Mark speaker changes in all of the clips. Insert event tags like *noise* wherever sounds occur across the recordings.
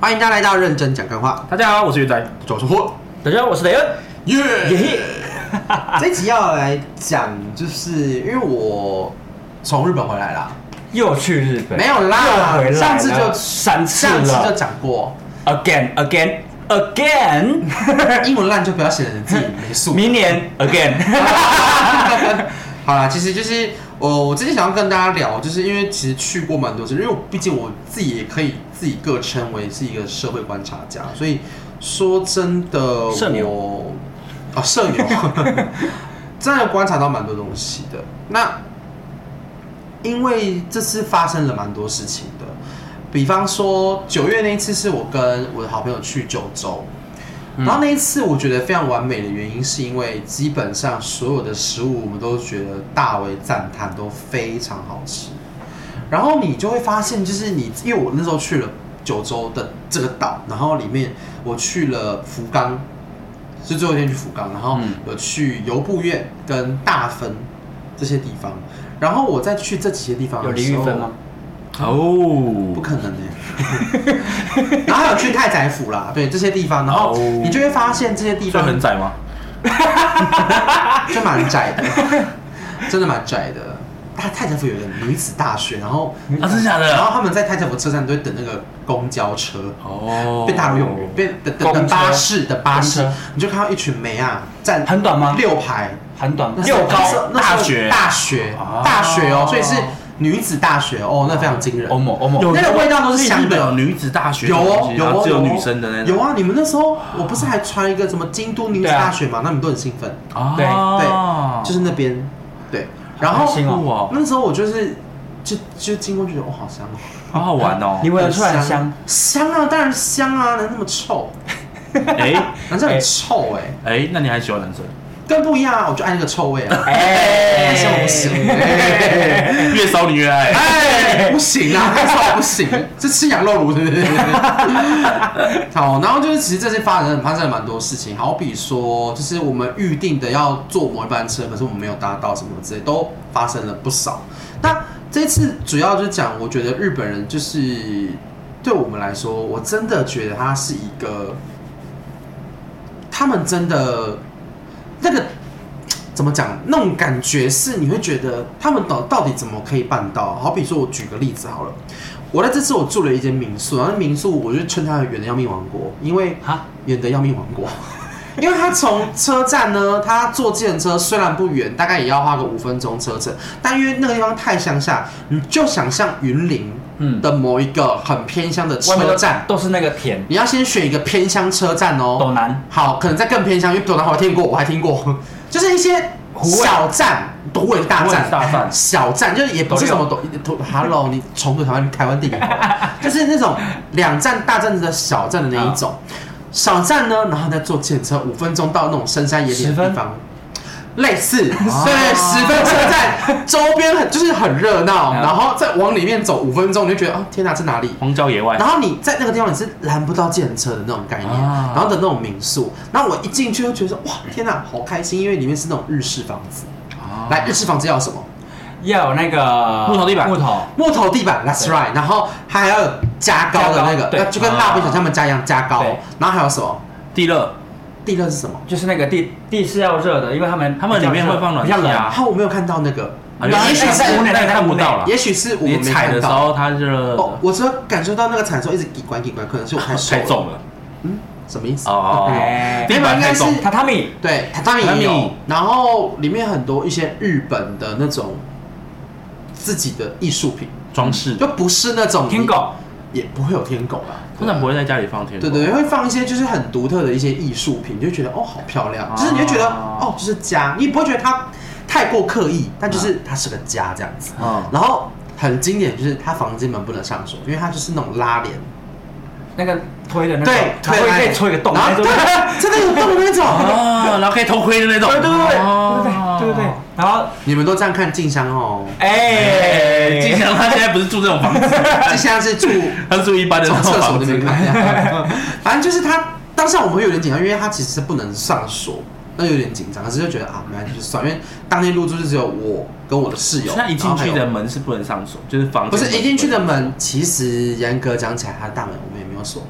Speaker 1: 欢迎大家来到认真讲干话，
Speaker 2: 大家好，我是元仔。
Speaker 1: 走出货，
Speaker 2: 大家好，我是雷恩。
Speaker 1: 耶、
Speaker 2: 耶嘿，
Speaker 1: 这一集要来讲，就是因为我从日本回来啦，
Speaker 2: 又去日本？
Speaker 1: 没有啦
Speaker 2: 又回来，了
Speaker 1: 上次就
Speaker 2: 三次
Speaker 1: 上次就
Speaker 2: 了。
Speaker 1: 讲过，
Speaker 2: Again, again,
Speaker 1: *laughs*
Speaker 2: again。
Speaker 1: 英文烂就不要显得自己没素。
Speaker 2: 明年 again。
Speaker 1: *laughs* 好啦，其实就是呃我我之前想要跟大家聊，就是因为其实去过蛮多次，因为我毕竟我自己也可以自己各称为是一个社会观察家，所以说真的我，
Speaker 2: 社牛
Speaker 1: 啊社牛， *laughs* 真的观察到蛮多东西的。那因为这次发生了蛮多事情的，比方说九月那一次是我跟我的好朋友去九州，然后那一次我觉得非常完美的原因，是因为基本上所有的食物我们都觉得大为赞叹，都非常好吃。然后你就会发现，就是你，因为我那时候去了九州的这个岛，然后里面我去了福冈，是最后一天去福冈，然后
Speaker 2: 嗯
Speaker 1: 有去游步院跟大分这些地方。然后我再去这几些地方
Speaker 2: 有
Speaker 1: 的
Speaker 2: 李
Speaker 1: 时
Speaker 2: 玉
Speaker 1: 候，
Speaker 2: 芬吗？哦
Speaker 1: 不，可能呢、 *laughs* 然后还有去太宰府啦，对这些地方，然后
Speaker 2: 哦
Speaker 1: 你就会发现这些地
Speaker 2: 所以
Speaker 1: 方
Speaker 2: 很窄吗？
Speaker 1: 就蛮窄的， *laughs* 真的蛮窄的。太太宰府有个女子大学，然后
Speaker 2: 啊真的假的
Speaker 1: 然后他们在太宰府车站都会等那个公交车，
Speaker 2: 哦
Speaker 1: 被大陆用语，被等
Speaker 2: 公
Speaker 1: 等
Speaker 2: 车
Speaker 1: 等巴士的巴士
Speaker 2: 公车，
Speaker 1: 你就看到一群梅啊站
Speaker 2: 很短吗
Speaker 1: 六排，
Speaker 2: 很短，
Speaker 1: 那时候
Speaker 2: 六
Speaker 1: 那时候
Speaker 2: 高
Speaker 1: 那时候
Speaker 2: 大学
Speaker 1: 大学
Speaker 2: 哦
Speaker 1: 大学哦，所以是女子大学哦，那非常惊人。
Speaker 2: 欧某欧
Speaker 3: 哦
Speaker 2: 某
Speaker 1: 那个味道都是香的
Speaker 4: 日本有女子大学的
Speaker 1: 有
Speaker 4: 东
Speaker 1: 哦
Speaker 4: 西，
Speaker 1: 有
Speaker 4: 然
Speaker 1: 哦
Speaker 4: 后只有
Speaker 1: 哦
Speaker 4: 女生的那种。
Speaker 1: 有啊，你们那时候我不是还穿一个什么京都女子
Speaker 2: 对啊
Speaker 1: 大学嘛，那你们都很兴奋。
Speaker 4: 啊
Speaker 2: 对
Speaker 1: 对，就是那边，对。然
Speaker 2: 好
Speaker 1: 后
Speaker 2: 开心
Speaker 4: 哦
Speaker 1: 那时候我就是就就经过就觉得哇，好香哦，
Speaker 4: 好好
Speaker 1: *laughs*
Speaker 4: 玩哦。
Speaker 2: 你闻得出来
Speaker 1: 很
Speaker 2: 香？
Speaker 1: 香啊，当然香啊，能那么臭？
Speaker 4: 哎
Speaker 1: *laughs* 男生很臭哎、
Speaker 4: 哎，那你还喜
Speaker 1: *laughs*
Speaker 4: 欢男生？
Speaker 1: 更不一样啊，我就爱那个臭味啊。
Speaker 2: 哎
Speaker 1: 男生我不行，
Speaker 4: 越骚你越爱。
Speaker 1: 哎， *laughs* 不行啊，太臭不行，这吃羊肉炉对不对？ *laughs* 好，然后就是其实这些发生发生了蛮多事情，好比说就是我们预定的要坐某一班车，可是我们没有搭到什么之类，都发生了不少。那这次主要就是讲，我觉得日本人就是对我们来说，我真的觉得他是一个，他们真的那个怎么讲，那种感觉是你会觉得他们到到底怎么可以办到？好比说，我举个例子好了，我在这次我住了一间民宿，然后民宿我就称它为远的要命王国，因为 *laughs*
Speaker 2: 哈，
Speaker 1: 远的要命王国。 *laughs* 因为他从车站呢，他坐计程车虽然不远，大概也要花个五分钟车程，但因为那个地方太乡下，你就想象云林
Speaker 2: 嗯
Speaker 1: 的某一个很偏乡的
Speaker 2: 外面
Speaker 1: 车
Speaker 2: 都
Speaker 1: 站，
Speaker 2: 都是那个田，
Speaker 1: 你要先选一个偏乡车站哦。
Speaker 2: 斗南
Speaker 1: 好，可能在更偏乡，因为斗南我还听过，我还听过， *laughs* 就是一些
Speaker 2: 虎尾
Speaker 1: 小站、独尾大
Speaker 2: 虎
Speaker 1: 站、
Speaker 2: 尾大站
Speaker 1: 小站，就是也不是什么都，Hello，你重读台湾台湾 *laughs* 地理好了，就是那种两站大站子的小站的那一种。小站呢，然后再坐电车，五分钟到那种深山野岭
Speaker 2: 10
Speaker 1: 的地
Speaker 2: 分
Speaker 1: 方。类似，对，十分车 *laughs* 站周边很就是很热
Speaker 2: 嗯
Speaker 1: 闹，然后再往里面走五分钟，你就觉得啊，天哪，这哪里？
Speaker 4: 荒郊野外
Speaker 1: 然，后你在那个地方你是拦不到计程车的那种概念，
Speaker 2: 啊
Speaker 1: 然后的那种民宿，然后我一进去就觉得说哇天哪，好开心，因为里面是那种日式房子。
Speaker 4: 啊
Speaker 1: 来，日式房子要有什么？
Speaker 2: 要有那个
Speaker 4: 木头地板
Speaker 2: 木头
Speaker 1: 木头地板，That's
Speaker 2: 对
Speaker 1: right。然后它还要有加高的那
Speaker 2: 加
Speaker 1: 个
Speaker 2: 高，对
Speaker 1: 那就跟蜡笔小新他们家一样加高
Speaker 2: 对。
Speaker 1: 然后还有什么？
Speaker 4: 地热，
Speaker 1: 地热是什么？
Speaker 2: 就是那个地地是要热的，因为他们
Speaker 4: 他们里面会放暖气
Speaker 2: 比较冷
Speaker 4: 啊
Speaker 1: 然后我没有看到那个，
Speaker 4: 啊
Speaker 2: 然后
Speaker 1: 也许
Speaker 2: 那
Speaker 1: 是
Speaker 2: 在屋内
Speaker 4: 那看不到了。
Speaker 1: 也许是我
Speaker 4: 你
Speaker 1: 们没
Speaker 4: 踩
Speaker 1: 看
Speaker 4: 的时
Speaker 1: 到。
Speaker 4: 候它是热热
Speaker 1: 哦
Speaker 4: 的，，
Speaker 1: 我只有感受到那个铲子一直叽呱叽呱，可能是我太瘦
Speaker 4: 太重
Speaker 1: 了。
Speaker 4: 了。
Speaker 1: 嗯，什么意思？
Speaker 4: 哦
Speaker 2: 哎，
Speaker 1: 没
Speaker 4: 地
Speaker 1: 有
Speaker 4: 板
Speaker 1: 应该
Speaker 4: 太
Speaker 1: 是
Speaker 4: 重
Speaker 2: 榻榻米
Speaker 1: 对，榻榻米也
Speaker 4: 榻榻
Speaker 1: 有
Speaker 4: 米，
Speaker 1: 然后里面很多一些日本的那种自己的艺术品，
Speaker 4: 装饰，
Speaker 1: 就不是那种
Speaker 2: 天狗，
Speaker 1: 也不会有天狗啦。
Speaker 4: 通常不会在家里放天。
Speaker 1: 对对，对，会放一些就是很独特的一些艺术品，你就觉得哦好漂
Speaker 2: 啊
Speaker 1: 亮，就是你就觉得哦就是家，你不会觉得它太过刻意，但
Speaker 2: 啊
Speaker 1: 就是它是个家这样子。
Speaker 4: 嗯
Speaker 1: 然后很经典就是它房间门不能上锁，因为它就是那种拉帘，
Speaker 2: 那个推的那种，
Speaker 1: 对，
Speaker 2: 然后会被戳一个洞，
Speaker 1: 然
Speaker 2: 那
Speaker 1: 后
Speaker 2: 种
Speaker 1: 对，真的有洞的那种。
Speaker 2: *laughs*
Speaker 4: 啊，然后可以偷窥的那种。
Speaker 2: 对对对
Speaker 4: 哦
Speaker 2: 对对对对对，然后
Speaker 1: 你们都这样看静香哦，
Speaker 2: 哎，
Speaker 4: 金祥他现在不是住这种房子，
Speaker 1: *laughs* 静香是住
Speaker 4: *laughs* 他住一般的那
Speaker 1: 从
Speaker 4: 种
Speaker 1: 厕所
Speaker 4: 房
Speaker 1: 那边
Speaker 4: 子。 *laughs*
Speaker 1: 看，反正就是他。当下我们会有点紧张，因为他其实是不能上锁，那有点紧张，可是就觉得啊，没关系，就算，因为当天入住就只有我跟我的室友，
Speaker 4: 那一进
Speaker 1: 然后还
Speaker 4: 去
Speaker 1: 有
Speaker 4: 的门是不能上锁，就是房
Speaker 1: 不
Speaker 4: 间
Speaker 1: 是
Speaker 4: 能
Speaker 1: 一进去的门，其实严格讲起来，它的大门我们也没有锁，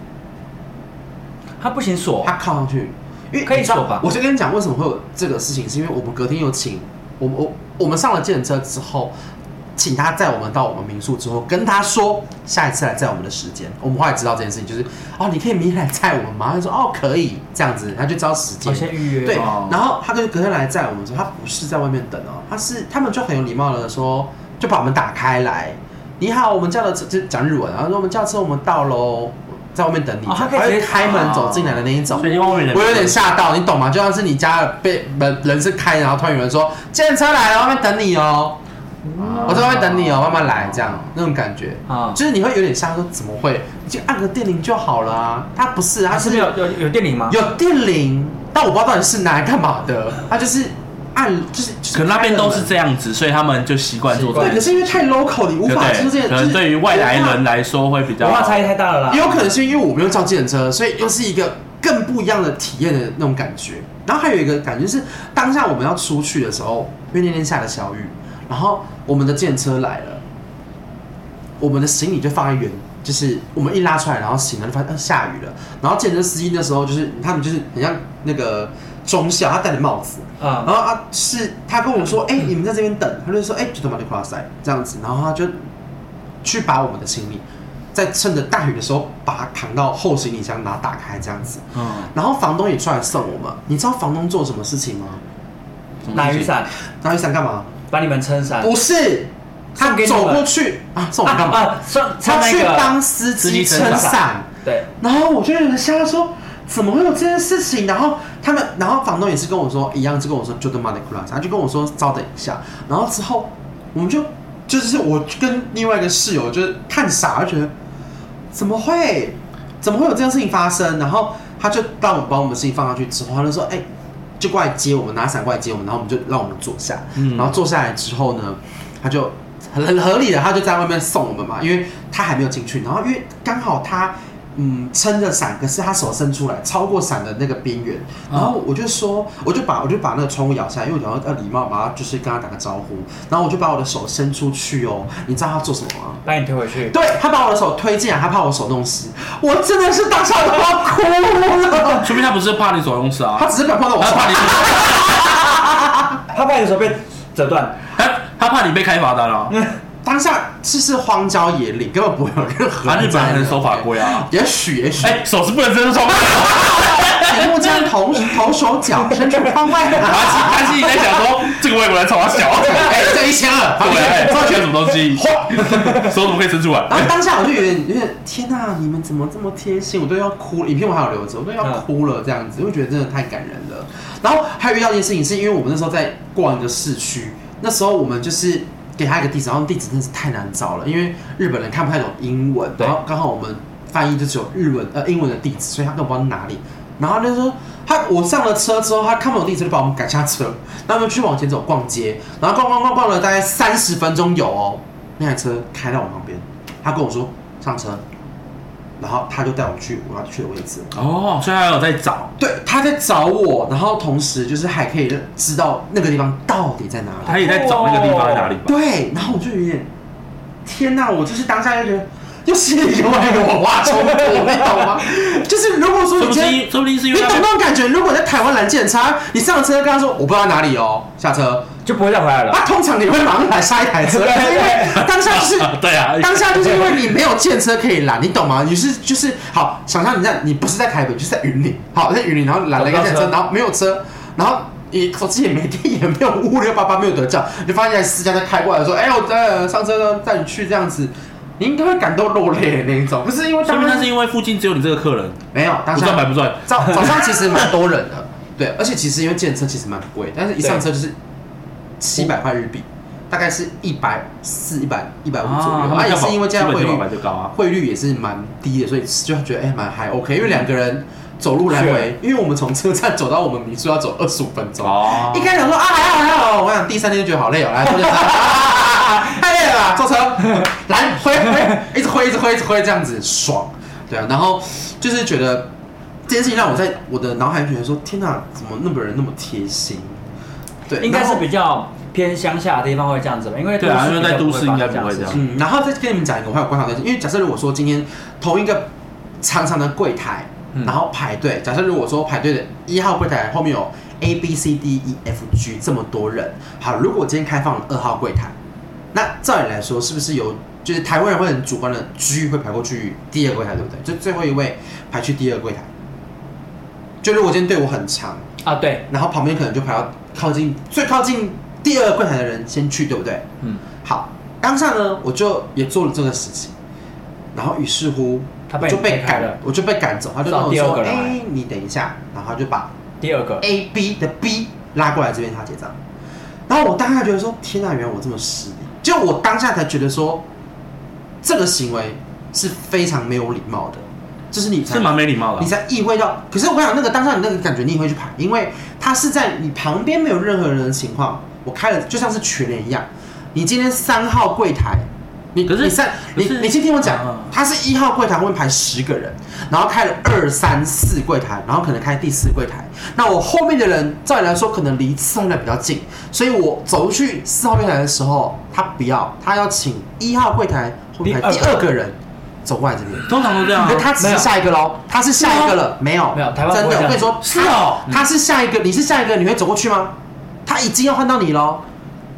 Speaker 2: 他不行锁
Speaker 1: 它靠上去，因为
Speaker 2: 可以
Speaker 1: 你知道
Speaker 2: 锁吧
Speaker 1: 我就跟你讲为什么会有这个事情，是因为我们隔天有请我们我我们上了计程车之后，请他载我们到我们民宿之后，跟他说下一次来载我们的时间。我们后来知道这件事情，就是哦，你可以明天来载我们吗？他就说哦可以这样子，他就知道时间
Speaker 2: 哦。先预约
Speaker 1: 对
Speaker 4: 哦，
Speaker 1: 然后他跟隔天来载我们说，他不是在外面等哦，他是他们就很有礼貌的说，就把门打开来，你好，我们叫的车就讲日文，然后说我们叫车，我们到喽，在外面等你，
Speaker 2: 哦他可以
Speaker 1: 会
Speaker 2: 直接
Speaker 1: 开门走进来的那一种
Speaker 4: 所。以外面的
Speaker 1: 我有点吓到，你懂吗？就像是你家被门人是开，然后突然有人说“计程车来了，外面等你哦、我在外面等你哦、慢慢来”这样那种感觉，
Speaker 2: 啊，
Speaker 4: 哦
Speaker 1: 就是你会有点吓，说怎么会？你就按个电铃就好了啊。他不是，他
Speaker 2: 他
Speaker 1: 是
Speaker 2: 是不是有有有电铃吗？
Speaker 1: 有电铃，但我不知道到底是拿来干嘛的。它就是按，就是就是
Speaker 4: 可能那边都是这样子，所以他们就习惯做这
Speaker 1: 对，
Speaker 4: 样
Speaker 1: 可
Speaker 4: 子。
Speaker 1: 是因为太 local，你无
Speaker 4: 对不
Speaker 1: 法就是这
Speaker 4: 对，可能对于外来人，啊来说会比较
Speaker 2: 文化差异太大了啦。
Speaker 1: 也有可能是因为我没有叫计程车，所以又是一个更不一样的体验的那种感觉。然后还有一个感觉是，当下我们要出去的时候，因为那天下了小雨，然后我们的计程车来了，我们的行李就放在原，就是我们一拉出来，然后行李就发现、呃、下雨了。然后计程车司机那时候就是他们就是很像那个中校，他戴着帽子，然
Speaker 2: 啊，
Speaker 1: 后啊，是他跟我说，哎、你们在这边等，他就说，哎、就等马里夸塞这样子，然后他就去把我们的行李，在趁着大雨的时候把它扛到后行李箱，然后打开这样子，
Speaker 4: 嗯，
Speaker 1: 然后房东也出来送我们，你知道房东做什么事情吗？
Speaker 2: 拿雨，
Speaker 1: 啊
Speaker 2: 伞
Speaker 1: 拿雨伞干嘛？
Speaker 2: 把你们撑伞。
Speaker 1: 不是，他
Speaker 2: 送给你
Speaker 1: 走
Speaker 2: 们
Speaker 1: 过去啊，送我
Speaker 2: 啊
Speaker 1: 们干嘛？
Speaker 2: 啊，上上
Speaker 1: 他
Speaker 2: 那
Speaker 1: 去
Speaker 2: 个
Speaker 1: 帮司
Speaker 4: 司
Speaker 1: 机
Speaker 4: 机撑
Speaker 1: 撑
Speaker 4: 伞
Speaker 1: 伞。
Speaker 2: 对，
Speaker 1: 然后我就有点瞎说，怎么会有这件事情？然后他们，然后房东也是跟我说一样，是跟我说就他妈的哭了，他就跟我说稍等一下。然后之后我们就就是我跟另外一个室友就是看傻，就觉得怎么会怎么会有这件事情发生？然后他就让我们把我们的事情放上去之后，他就说哎。就过来接我们，拿伞过来接我们，然后我们就让我们坐下，
Speaker 4: 嗯
Speaker 1: 然后坐下来之后呢，他就很很合理的，他就在外面送我们嘛，因为他还没有进去，然后因为刚好他嗯撑着伞，可是他手伸出来超过伞的那个边缘，
Speaker 4: 啊
Speaker 1: 然后我就说，我就把我就把那个窗户摇下来，因为我想要要呃礼貌，把他就是跟他打个招呼，然后我就把我的手伸出去哦，你知道他做什么吗？
Speaker 2: 把你推回去。
Speaker 1: 对他把我的手推进来，他怕我手弄湿，我真的是当下我都要哭了，
Speaker 4: 嗯说明他不是怕你手用湿啊
Speaker 1: 他，只是不要碰到我
Speaker 4: 他
Speaker 1: 手，
Speaker 4: 怕你，
Speaker 2: 他把你的手被折断。 *laughs*
Speaker 4: 他他怕你被开罚单啊。
Speaker 1: 嗯当下是是荒郊野岭，根本不会有任何。
Speaker 4: 啊，日本还能守法规啊？
Speaker 1: 也许也许，
Speaker 4: 哎，手是啊不能伸出窗外的。
Speaker 1: 节目将投投手脚伸出窗外。
Speaker 4: 他心他心里在想
Speaker 1: *laughs*
Speaker 4: 说，这个外国人朝他笑。
Speaker 1: 哎，这一千二，
Speaker 4: 对，哎
Speaker 1: 放
Speaker 4: 他
Speaker 1: 进去
Speaker 4: 选什么
Speaker 1: *laughs*
Speaker 4: 东西？手怎么可以伸出来？
Speaker 1: 然后当下我就有点有点天哪、你们怎么这么贴心？我都要哭了，影片我还有留着，我都要哭了这样子，因为觉得真的太感人了。然后还有遇到一件事情，是因为我们那时候在逛一个市区，那时候我们就是给他一个地址，然后地址真的是太难找了，因为日本人看不太懂英文，
Speaker 2: 对
Speaker 1: 然后刚好我们翻译就只有日文呃英文的地址，所以他根本不知道哪里。然后他就说他我上了车之后，他看不懂地址，就把我们赶下车，然后我们去往前走逛街，然后逛逛逛逛了大概三十分钟有哦，那台车开到我旁边，他跟我说上车，然后他就带我去我要去的位置。
Speaker 4: 哦，所以他有在找。
Speaker 1: 对，他在找我，然后同时就是还可以知道那个地方到底在哪里。
Speaker 4: 他也在找那个地方在哪里吧？
Speaker 1: 对，然后我就有点，天哪！我就是当下就觉得，又是一个外国文化冲突，你懂吗？就是如果说
Speaker 4: 说
Speaker 1: 你
Speaker 4: 不
Speaker 1: 今天
Speaker 4: 定，说不定是因
Speaker 1: 你
Speaker 4: 为
Speaker 1: 懂
Speaker 4: 他
Speaker 1: 那种感觉，如果你在台湾拦检查，你上了车跟他说我不知道哪里哦，下车，
Speaker 2: 就不会再回来了。
Speaker 1: 啊，通常你会马上来下一台车，因为当下就是
Speaker 4: 啊 *laughs* 对啊，
Speaker 1: *laughs* 当下就是因为你没有建车可以拦，你懂吗？你是就是好，想象你在你不是在台北，就是在云林，好在云林，然后拦了一个
Speaker 2: 找不到
Speaker 1: 建车，
Speaker 2: 车
Speaker 1: 然后没有车，然后也手机也没电，也没有五六八八，没有得叫，你就发现一台私家车开过来说：“哎、我在上车了带你去这样子。”你应该会感动落泪的那一种，不是因为
Speaker 4: 说
Speaker 1: 当
Speaker 4: 明
Speaker 1: 时
Speaker 4: 那是因为附近只有你这个客人，
Speaker 1: 没有当
Speaker 4: 不
Speaker 1: 下
Speaker 4: 赚白不赚。
Speaker 1: 早早上其实蛮多人的， *laughs* 对，而且其实因为建车其实蛮贵，但是一上车就是七百块日币，大概是一百四、一百一百五左右。啊，也是因为这样汇
Speaker 4: 本
Speaker 1: 率
Speaker 4: 就本就高啊。嗯
Speaker 1: 汇率也是蛮低的，所以就觉得哎蛮还 OK，因为两个人走路来回
Speaker 2: 是，
Speaker 1: 因为我们从车站走到我们民宿要走二十五分钟。
Speaker 4: 哦
Speaker 1: 一，开始想说啊还好还好，我想第三天就觉得好累哦，来坐车，啊太累了吧，
Speaker 4: *laughs*
Speaker 1: 坐车，来挥挥，一直挥一直挥一直挥这样子爽，对啊，然后就是觉得这件事情让我在我的脑海里觉得说，天哪，怎么那么人那么贴心？对，
Speaker 3: 应该
Speaker 1: 然后
Speaker 3: 是比较偏乡下的地方会这样子吧，因为
Speaker 4: 对啊因为在
Speaker 3: 都
Speaker 4: 都
Speaker 3: 市
Speaker 4: 市
Speaker 3: 比较
Speaker 4: 应该
Speaker 3: 会发
Speaker 4: 不会
Speaker 3: 生
Speaker 4: 这
Speaker 3: 样
Speaker 4: 样
Speaker 3: 子。
Speaker 1: 嗯，然后再跟你们讲一个我还有观察的，因为假设如果说今天同一个长长的柜台，
Speaker 4: 嗯
Speaker 1: 然后排队，假设如果说排队的一号柜台后面有 A B C D E F G 这么多人，好，如果今天开放了二号柜台，那照理来说是不是有就是台湾人会很主观的 G 会排过去第二柜台，对不对？就最后一位排去第二柜台。就如果今天队伍很长，
Speaker 3: 啊，对，
Speaker 1: 然后旁边可能就排到靠近最靠近第二柜台的人先去，对不对？
Speaker 4: 嗯，
Speaker 1: 好，当下呢，我就也做了这个事情，然后于是乎，
Speaker 3: 他被
Speaker 1: 我就被
Speaker 3: 推开
Speaker 1: 赶
Speaker 3: 了，
Speaker 1: 我就被赶走，他就跟
Speaker 3: 找
Speaker 1: 我
Speaker 3: 第二
Speaker 1: 说：“
Speaker 3: 个人来
Speaker 1: 哎、你等一下。”然后他就把
Speaker 3: 第二个
Speaker 1: A B 的 B 拉过来这边他结账，然后我当下觉得说：“天哪，原来我这么失礼！”就我当下才觉得说，这个行为是非常没有礼貌的，就是你才
Speaker 4: 是蛮没礼貌的
Speaker 1: 你
Speaker 4: 啊。
Speaker 1: 才意会到。可是我跟你讲，那个当下你那个感觉，你也会去排，因为他是在你旁边没有任何人的情况，我开了就像是全联一样。你今天三号柜台，你
Speaker 4: 可是
Speaker 1: 你三你
Speaker 4: 可是
Speaker 1: 你先听我讲
Speaker 4: 嗯，
Speaker 1: 他是一号柜台会排十个人，然后开了二三四柜台，然后可能开第四柜台。那我后面的人，照理来说可能离四号柜台比较近，所以我走去四号柜台的时候，他不要，他要请一号柜台后面排第
Speaker 3: 第二
Speaker 1: 二
Speaker 3: 个
Speaker 1: 个人走过来这边。
Speaker 4: 通常都这样啊
Speaker 1: 可。他只是下一个喽，他是下一个了，没有
Speaker 3: 没有台湾
Speaker 1: 真
Speaker 3: 不会
Speaker 1: 的，
Speaker 3: 这
Speaker 1: 我
Speaker 3: 样
Speaker 1: 跟你说，
Speaker 4: 是哦
Speaker 1: 他他是下一个，你是下一个，你会走过去吗？他已经要换到你喽，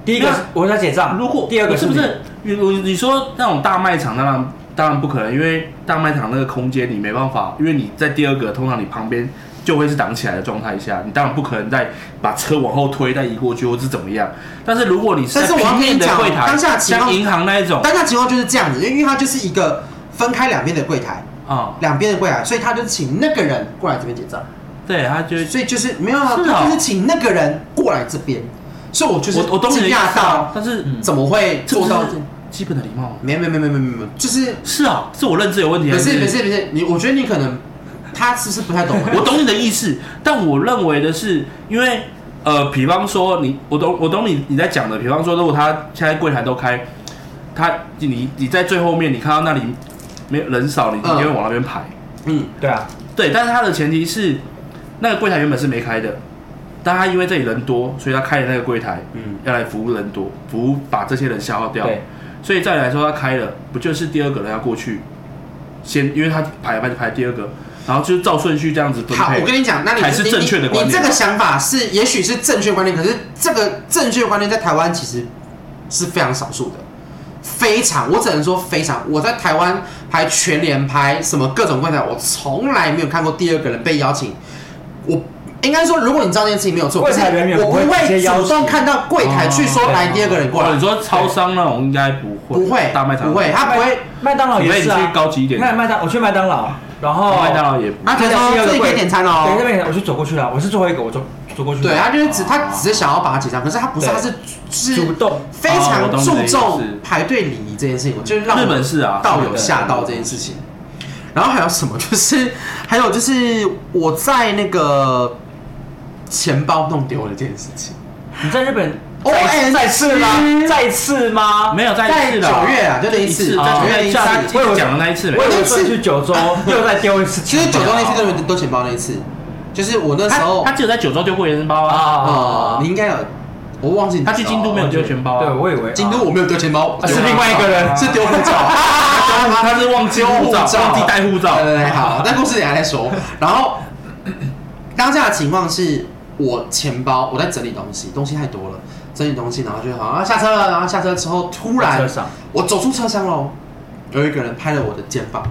Speaker 3: 第一个是我在结账，
Speaker 4: 如果
Speaker 3: 第二个
Speaker 4: 是不
Speaker 3: 你
Speaker 4: 是你我你说那种大卖场，当然当然不可能，因为大卖场那个空间你没办法，因为你在第二个，通常你旁边就会是挡起来的状态下，你当然不可能再把车往后推再移过去或是怎么样。但是如果你是
Speaker 1: 但是
Speaker 4: 在
Speaker 1: 我要
Speaker 4: 平
Speaker 1: 跟你
Speaker 4: 面的
Speaker 1: 讲
Speaker 4: 柜台，
Speaker 1: 当下的情况
Speaker 4: 像银行那一种
Speaker 1: 当下情况就是这样子，因为因为他就是一个分开两边的柜台，
Speaker 4: 啊、
Speaker 1: 两边的柜台，所以他就请那个人过来这边结账，
Speaker 4: 对，他就
Speaker 1: 所以就是没有啊，
Speaker 4: 是哦
Speaker 1: 他就是请那个人过来这边，所以我就是
Speaker 4: 我我懂你的
Speaker 1: 惊
Speaker 4: 意思
Speaker 1: 讶
Speaker 4: 啊，
Speaker 1: 到
Speaker 4: 但是
Speaker 3: 嗯
Speaker 1: 怎么会
Speaker 4: 这不
Speaker 1: 做
Speaker 4: 是
Speaker 1: 到，
Speaker 4: 基本的礼貌吗？
Speaker 1: 没有没有没有没有没有没有，就是
Speaker 4: 是啊，是我认知有问题，
Speaker 1: 不是
Speaker 4: 还
Speaker 1: 不是不是你，我觉得你可能他是不是不太懂
Speaker 4: *laughs* 我懂你的意思，但我认为的是，因为呃，比方说你，我懂我懂你你在讲的，比方说，如果他现在柜台都开，他你你在最后面，你看到那里没有人少，你你
Speaker 1: 嗯
Speaker 4: 就会往那边排。
Speaker 1: 嗯
Speaker 3: 对啊，
Speaker 4: 对，但是他的前提是那个柜台原本是没开的，但他因为这里人多，所以他开的那个柜台
Speaker 1: 嗯，
Speaker 4: 要来服务人多，服务把这些人消耗掉。
Speaker 3: 对，
Speaker 4: 所以再来说，他开了，不就是第二个人要过去先，因为他排排排第二个，然后就是照顺序这样子分
Speaker 1: 好
Speaker 4: 配。，
Speaker 1: 我跟你讲，那你
Speaker 4: 才是
Speaker 1: 你
Speaker 4: 正确的观念
Speaker 1: 你。你这个想法是，也许是正确观念，可是这个正确观念在台湾其实是非常少数的，非常，我只能说非常。我在台湾排全联排什么各种柜台，我从来没有看过第二个人被邀请。我应该说，如果你知道这件事情没有错，
Speaker 3: 柜
Speaker 1: 可是
Speaker 3: 台人员
Speaker 1: 我
Speaker 3: 不
Speaker 1: 不
Speaker 3: 会直
Speaker 1: 会
Speaker 3: 接邀
Speaker 1: 主动
Speaker 3: 请
Speaker 1: 看到柜台去说
Speaker 3: 哦
Speaker 1: 来第二个人过来
Speaker 4: 哦，你，说超商那种应该不会，
Speaker 1: 不会，
Speaker 4: 大卖场
Speaker 1: 不会，啊他不会。
Speaker 3: 麦当劳也是
Speaker 4: 除非你
Speaker 3: 啊，
Speaker 4: 去高级一点哦
Speaker 3: 你看麦当，我去麦当劳，然后
Speaker 4: 麦当劳也不
Speaker 1: 他可以
Speaker 3: 第
Speaker 1: 说
Speaker 3: 二
Speaker 1: 自
Speaker 3: 个
Speaker 1: 己可以
Speaker 3: 柜
Speaker 1: 点餐哦
Speaker 3: 对，。那边我就走过去了，我是最后一个，我走走过去了。
Speaker 1: 对，他啊就是只他只是想要把它结账，可是他不是，
Speaker 3: 对
Speaker 1: 他是是
Speaker 3: 主动
Speaker 1: 非
Speaker 4: 哦
Speaker 1: 常注重排队礼仪这件事情，我就是让
Speaker 4: 日本是啊
Speaker 1: 道友吓到这件事情。然后还有什么？就是 *laughs* 还有就是我在那个钱包弄丢了这件事情，
Speaker 3: 你在日本
Speaker 1: OMG
Speaker 3: 再再次吗？
Speaker 1: 哎
Speaker 3: 再次吗？
Speaker 4: 没有再一次的
Speaker 1: 在九月啊就那一次
Speaker 4: 在
Speaker 1: 哦
Speaker 4: 九月
Speaker 1: 那
Speaker 4: 下
Speaker 1: 一
Speaker 3: 次
Speaker 4: 次讲的那一次没
Speaker 3: 我
Speaker 1: 我
Speaker 3: 有
Speaker 1: 有
Speaker 3: 一
Speaker 1: 一次
Speaker 3: 次去九
Speaker 1: *laughs*
Speaker 3: 州，又再丢一次
Speaker 1: 其
Speaker 3: 钱
Speaker 1: 实
Speaker 3: 包。
Speaker 1: 九州那次都都钱包那一次，就是我那时
Speaker 4: 他
Speaker 1: 候
Speaker 4: 他只有在九州丢过原包啊，
Speaker 1: 啊
Speaker 3: 啊，，
Speaker 1: 你应该有，我忘记你
Speaker 4: 他去京都没有丢钱包啊
Speaker 3: 对，我以为
Speaker 1: 京都我没有丢钱包，
Speaker 3: 啊是另外一个人
Speaker 1: *laughs* 是丢护照。
Speaker 4: 他是忘记护照，忘记带护照
Speaker 1: 对，对对，好，那故事等一下再说。然后当下的情况是我钱包我在整理东西，东西太多了，整理东西，然后就好像啊下车了，然后下车之后突然
Speaker 3: 在车上
Speaker 1: 我走出车厢喽，有一个人拍了我的肩膀，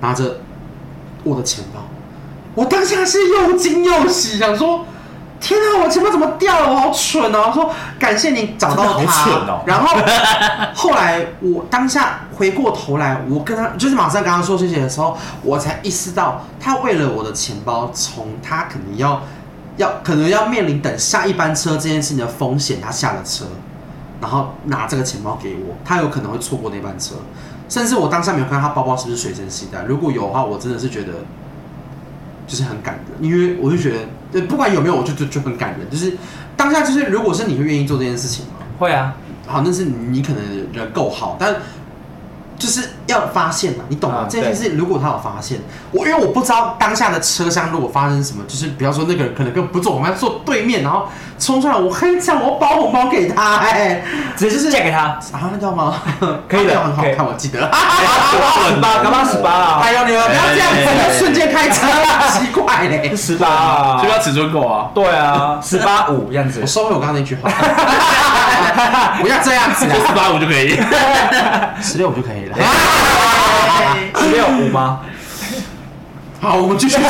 Speaker 1: 拿着我的钱包，我当下是又惊又喜，想说。天啊！我钱包怎么掉了？我好蠢哦！我说感谢你找到他，
Speaker 4: 真的好蠢哦
Speaker 1: 然
Speaker 4: *laughs*
Speaker 1: 后后来我当下回过头来，我跟他就是马上跟他说谢谢的时候，我才意识到他为了我的钱包，从他可能要要可能要面临等下一班车这件事情的风险，他下了车，然后拿这个钱包给我，他有可能会错过那班车，甚至我当下没有看到他包包是不是随身携带，如果有的话，我真的是觉得就是很感人，因为我就觉得，对，不管有没有，我就就就很感人，就是当下就是，如果是你会愿意做这件事情吗？
Speaker 3: 会啊，
Speaker 1: 好，那是你可能人够好，但就是要发现啊，你懂吗？
Speaker 2: 啊
Speaker 1: 这件事如果他有发现，我因为我不知道当下的车厢如果发生什么，就是比方说那个人可能跟不坐我们坐对面，然后冲出来，我可以这样，我要包红包给他、哎，
Speaker 3: 直接嫁给他，
Speaker 1: 啊，要吗？
Speaker 2: 可以的
Speaker 1: 那很好
Speaker 2: 可以
Speaker 1: 看，我记得。
Speaker 3: 十八，干嘛十八啊？
Speaker 1: 哎呦，你们不要这样
Speaker 4: 哎
Speaker 1: 子，
Speaker 4: 哎哎
Speaker 1: 要瞬间开车，啊奇怪嘞。
Speaker 3: 十八啊
Speaker 4: 就，要尺寸够啊。
Speaker 3: 对啊，十八五这样子
Speaker 1: 我。收回我刚刚那句 *laughs* 话，不要这样子啊
Speaker 4: 四
Speaker 1: 啦，
Speaker 4: 八五就
Speaker 1: *laughs*
Speaker 4: 可以，
Speaker 1: 十六我就可以了。
Speaker 3: 十六五吗？
Speaker 1: 哎好，我们继续。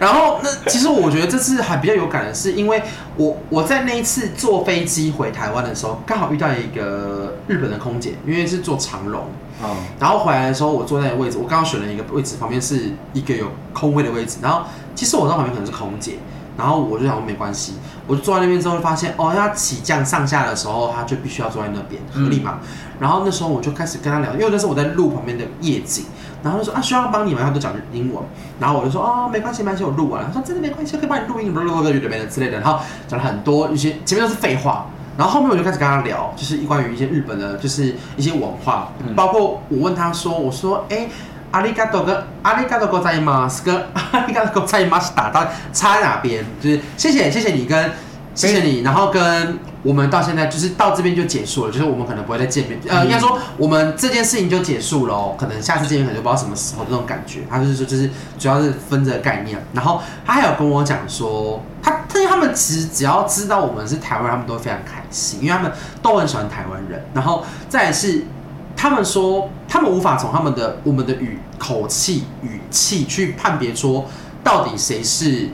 Speaker 1: 然后，那其实我觉得这次还比较有感的是，因为我我在那一次坐飞机回台湾的时候，刚好遇到一个日本的空姐，因为是坐长龙，
Speaker 4: 嗯，
Speaker 1: 然后回来的时候，我坐在那个位置，我刚刚选了一个位置，旁边是一个有空位的位置。然后其实我知道旁边可能是空姐，然后我就想说没关系，我就坐在那边之后发现，哦，要起降上下的时候，他就必须要坐在那边，合理嘛？然后那时候我就开始跟他聊，因为那时候我在路旁边的夜景，然后他就说啊，需要帮你吗？他都讲英文，然后我就说哦，没关系，没关系，我录完了。他说真的没关系，可以帮你录音，不不不不，之类的。然后讲了很多一些，前面都是废话。然后后面我就开始跟他聊，就是关于一些日本的，就是一些文化，包括我问他说，我说，哎、阿里嘎多跟阿里嘎多ございます跟 *laughs* 阿里嘎多ございます打到差在哪边？就是谢谢谢谢你跟谢谢你，然后跟我们到现在就是到这边就结束了，就是我们可能不会再见面，呃，应该说我们这件事情就结束了哦，可能下次见面可能就不知道什么时候这种感觉。他就是说就是主要是分这个概念，然后他还有跟我讲说，他但是他们其实只要知道我们是台湾人，他们都会非常开心，因为他们都很喜欢台湾人，然后再来是。他们说，他们无法从他们的我们的语口气、语气去判别说，到底谁是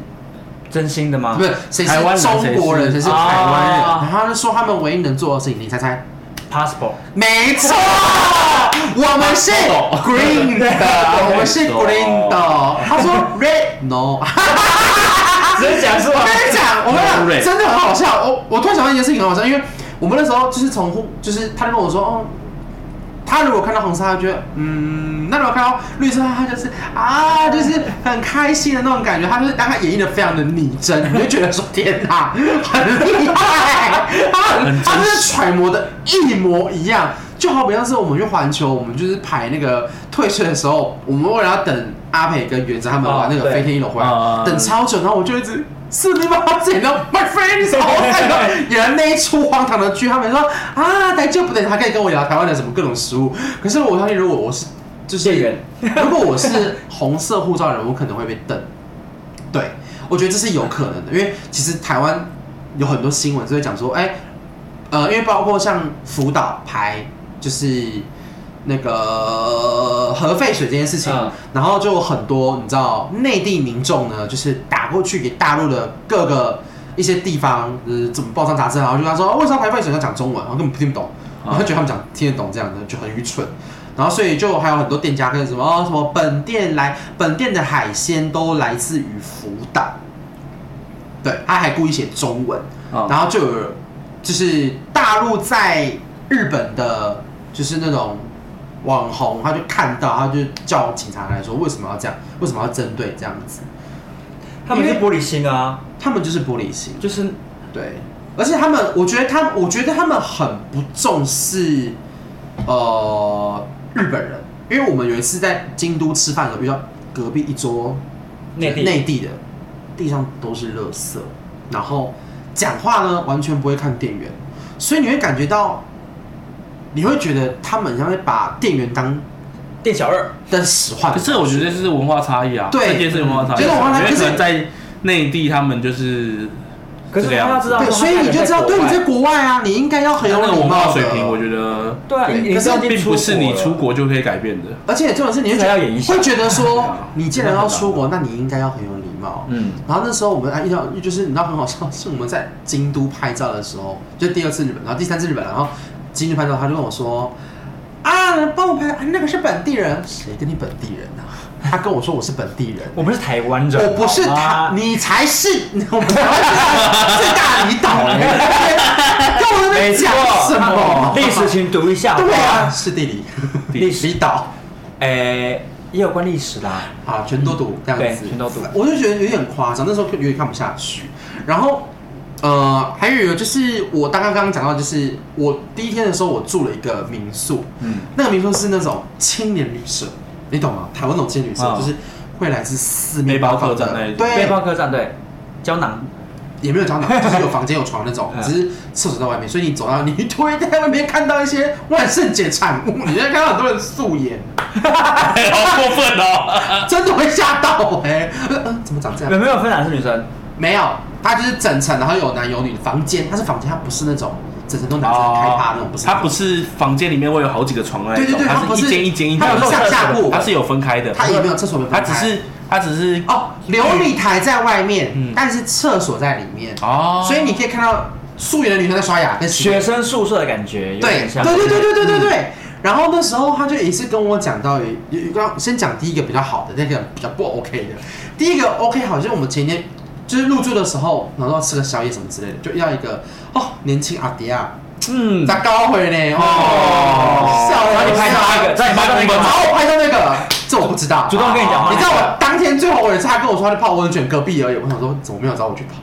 Speaker 3: 真心的吗
Speaker 1: 不？是谁是
Speaker 4: 台湾人
Speaker 1: 中国啊人，谁
Speaker 3: 谁
Speaker 1: 是
Speaker 3: 是
Speaker 1: 台湾人。
Speaker 3: 啊
Speaker 1: 然后他就说他们唯一能做的事情，你猜猜？
Speaker 3: ，passport
Speaker 1: 没错，我们是 green 的， *laughs* 我们是 green 的。他说 red no，
Speaker 3: *laughs* 直接讲是
Speaker 1: 我
Speaker 3: 吗？
Speaker 1: 跟你讲，我跟
Speaker 4: Red
Speaker 1: 你讲，真的很好笑。我我突然想到一件事情很好笑，因为我们那时候就是从户，就是他就跟我说，哦，他如果看到红色，他就觉得嗯，那如果看到绿色，他就是啊，就是很开心的那种感觉。他就是让他演绎的非常的拟真，你就觉得说天哪，很厉害，他很他就是揣摩的一模一样。就好比像是我们去环球，我们就是排那个退税的时候，我们为了要等阿培跟元子他们玩那个
Speaker 3: 哦对
Speaker 1: 飞天一楼回来，
Speaker 4: 嗯
Speaker 1: 等超久，然后我就一直是你把我剪了，my friends，然后我看
Speaker 3: *laughs*
Speaker 1: 到演了那一出荒唐的剧，他们说啊，台就不对，他可以跟我聊台湾的什么各种食物，可是我相信如果我是就是
Speaker 3: 店员
Speaker 1: 如果我是红色护照人，我可能会被瞪。对，我觉得这是有可能的，因为其实台湾有很多新闻就会讲说，哎、呃，因为包括像福岛排就是那个核废水这件事情，
Speaker 3: 嗯
Speaker 1: 然后就有很多你知道内地民众呢，就是打过去给大陆的各个一些地方，呃，怎么报章杂志啊，然后就跟他说为什么排废水要讲中文，然后根本听不懂，然后觉得他们讲听得懂这样的就很愚蠢。然后，所以就还有很多店家跟什么、哦、什么本店来本店的海鲜都来自于福岛，对，他还故意写中文，
Speaker 4: 嗯
Speaker 1: 然后就有就是大陆在日本的，就是那种网红，他就看到，他就叫警察来说，为什么要这样？为什么要针对这样子？
Speaker 3: 他们是玻璃心啊，
Speaker 1: 他们就是玻璃心，
Speaker 3: 就是
Speaker 1: 对，而且他们，我觉得他，我觉得他们很不重视呃日本人，因为我们有一次在京都吃饭的时候遇到隔壁一桌
Speaker 3: 内地
Speaker 1: 内地的，地上都是垃圾，然后讲话呢完全不会看店员，所以你会感觉到，你会觉得他们好像在把店员当
Speaker 3: 店小二，
Speaker 1: 当使唤。
Speaker 4: 可是我觉得这是文化差异啊，
Speaker 1: 对
Speaker 4: 这件事文化差
Speaker 1: 这
Speaker 4: 异，
Speaker 1: 是文化差异
Speaker 4: 因
Speaker 1: 可
Speaker 4: 为可
Speaker 1: 是
Speaker 4: 能在内地他们就是
Speaker 3: 可是
Speaker 4: 这
Speaker 3: 他
Speaker 4: 样
Speaker 3: 要知道，
Speaker 1: 对，所以你就知道，对你在国外啊，你应该要很有
Speaker 4: 那个
Speaker 1: 礼
Speaker 4: 文
Speaker 1: 貌的
Speaker 4: 化水平，我觉得
Speaker 3: 对啊，
Speaker 1: 对
Speaker 3: 你
Speaker 1: 可
Speaker 3: 你
Speaker 1: 是
Speaker 3: 知道已经
Speaker 4: 并不是
Speaker 3: 了
Speaker 4: 你出国就可以改变的。
Speaker 1: *laughs* 而且这种事你会觉
Speaker 3: 还
Speaker 1: 得
Speaker 3: 啊要演一下
Speaker 1: 会觉得
Speaker 4: 对
Speaker 3: *laughs*
Speaker 1: 说
Speaker 4: 啊，
Speaker 1: 你既然要出国，那你应该要很有礼貌。
Speaker 3: 嗯，
Speaker 1: 然后那时候我们啊还遇到，就是你知道很好笑， *laughs* 是我们在京都拍照的时候，就第二次日本，然后第三次日本，然后京都拍照，他就跟我说：“啊，帮我拍，啊那个是本地人，谁跟你本地人啊？” *laughs* 他跟我说我是本地人，
Speaker 3: *laughs* 我们是台湾人，
Speaker 1: 我不是
Speaker 3: 好
Speaker 1: 他
Speaker 3: 吗，
Speaker 1: 你才是，我们台湾是最大离
Speaker 3: *laughs*
Speaker 1: 岛了，跟我在那
Speaker 3: 没
Speaker 1: 边
Speaker 3: 错
Speaker 1: 讲什么？
Speaker 3: 历史请读一下，
Speaker 1: 对
Speaker 3: 好
Speaker 1: 啊，
Speaker 3: 不好，
Speaker 1: 是地理， *laughs*
Speaker 3: 历史
Speaker 1: 离岛。
Speaker 3: 哎，也有关历史啦，
Speaker 1: 啊，
Speaker 4: 嗯
Speaker 1: 全都赌这样子，
Speaker 3: 对全都赌
Speaker 1: 我就觉得有点夸张，那时候有点看不下去。然后呃，还有一个就是我刚刚刚刚讲到，就是我第一天的时候，我住了一个民宿，
Speaker 4: 嗯，
Speaker 1: 那个民宿是那种青年旅社，你懂吗？台湾那种青年旅社、
Speaker 3: 哦
Speaker 1: 就是会来自四面
Speaker 4: 啊背包
Speaker 1: 八方
Speaker 4: 客栈
Speaker 1: 的
Speaker 4: 那一种
Speaker 1: 对，
Speaker 3: 背包客栈对，胶囊
Speaker 1: 也没有
Speaker 4: *laughs*
Speaker 1: 讲哪，就是有房间有床那种，
Speaker 3: 嗯
Speaker 1: 只是厕所在外面，所以你走到你就会在外面看到一些万圣节产物，你会看到很多人素颜，
Speaker 4: 好过分哦！
Speaker 1: 真的会吓到哎、呃呃怎么长这
Speaker 3: 有
Speaker 1: 样？
Speaker 3: 没有分男是女生？
Speaker 1: 没有，它就是整层，然后有男有女，房间它是房间，它不是那种整层都男生开趴那种，不是那
Speaker 4: 它
Speaker 1: 种。
Speaker 4: 不是房间里面会有好几个床的那
Speaker 1: 哦对
Speaker 4: 一
Speaker 1: 对
Speaker 4: 种，
Speaker 1: 对，它
Speaker 4: 它
Speaker 1: 不是
Speaker 4: 是一间一间一
Speaker 1: 它
Speaker 4: 间
Speaker 1: 有，上下铺，
Speaker 4: 它是有分开的，
Speaker 1: 它也没有厕所没有
Speaker 4: 它
Speaker 1: 分开，
Speaker 4: 只是它只是
Speaker 1: 哦，琉璃台在外面，
Speaker 4: 嗯
Speaker 1: 但是厕所在里面，
Speaker 4: 哦
Speaker 1: 所以你可以看到素颜的女生在刷牙跟洗脸
Speaker 3: 学生宿舍的感觉，有
Speaker 1: 对
Speaker 3: 点
Speaker 1: 对
Speaker 3: 像。
Speaker 1: 对对对对对对。
Speaker 4: 嗯
Speaker 1: 然后那时候他就也是跟我讲到一，有有刚先讲第一个比较好的，那个比较不 OK 的。第一个 OK 好像我们前天就是入住的时候，然后要吃个宵夜什么之类的，就要一个哦年轻阿迪啊，
Speaker 3: 嗯，
Speaker 1: 咋高回呢？哦
Speaker 4: 哦，
Speaker 1: 笑
Speaker 3: 那
Speaker 1: 了，
Speaker 3: 你拍到那个，那你拍到那
Speaker 1: 然
Speaker 3: 个，
Speaker 1: 后我拍到那个，这我不知道
Speaker 3: 主。动跟你讲话，
Speaker 1: 你知道我当天最后我有一次，他跟我说他在泡温泉，隔壁而已。我想说怎么没有找我去泡？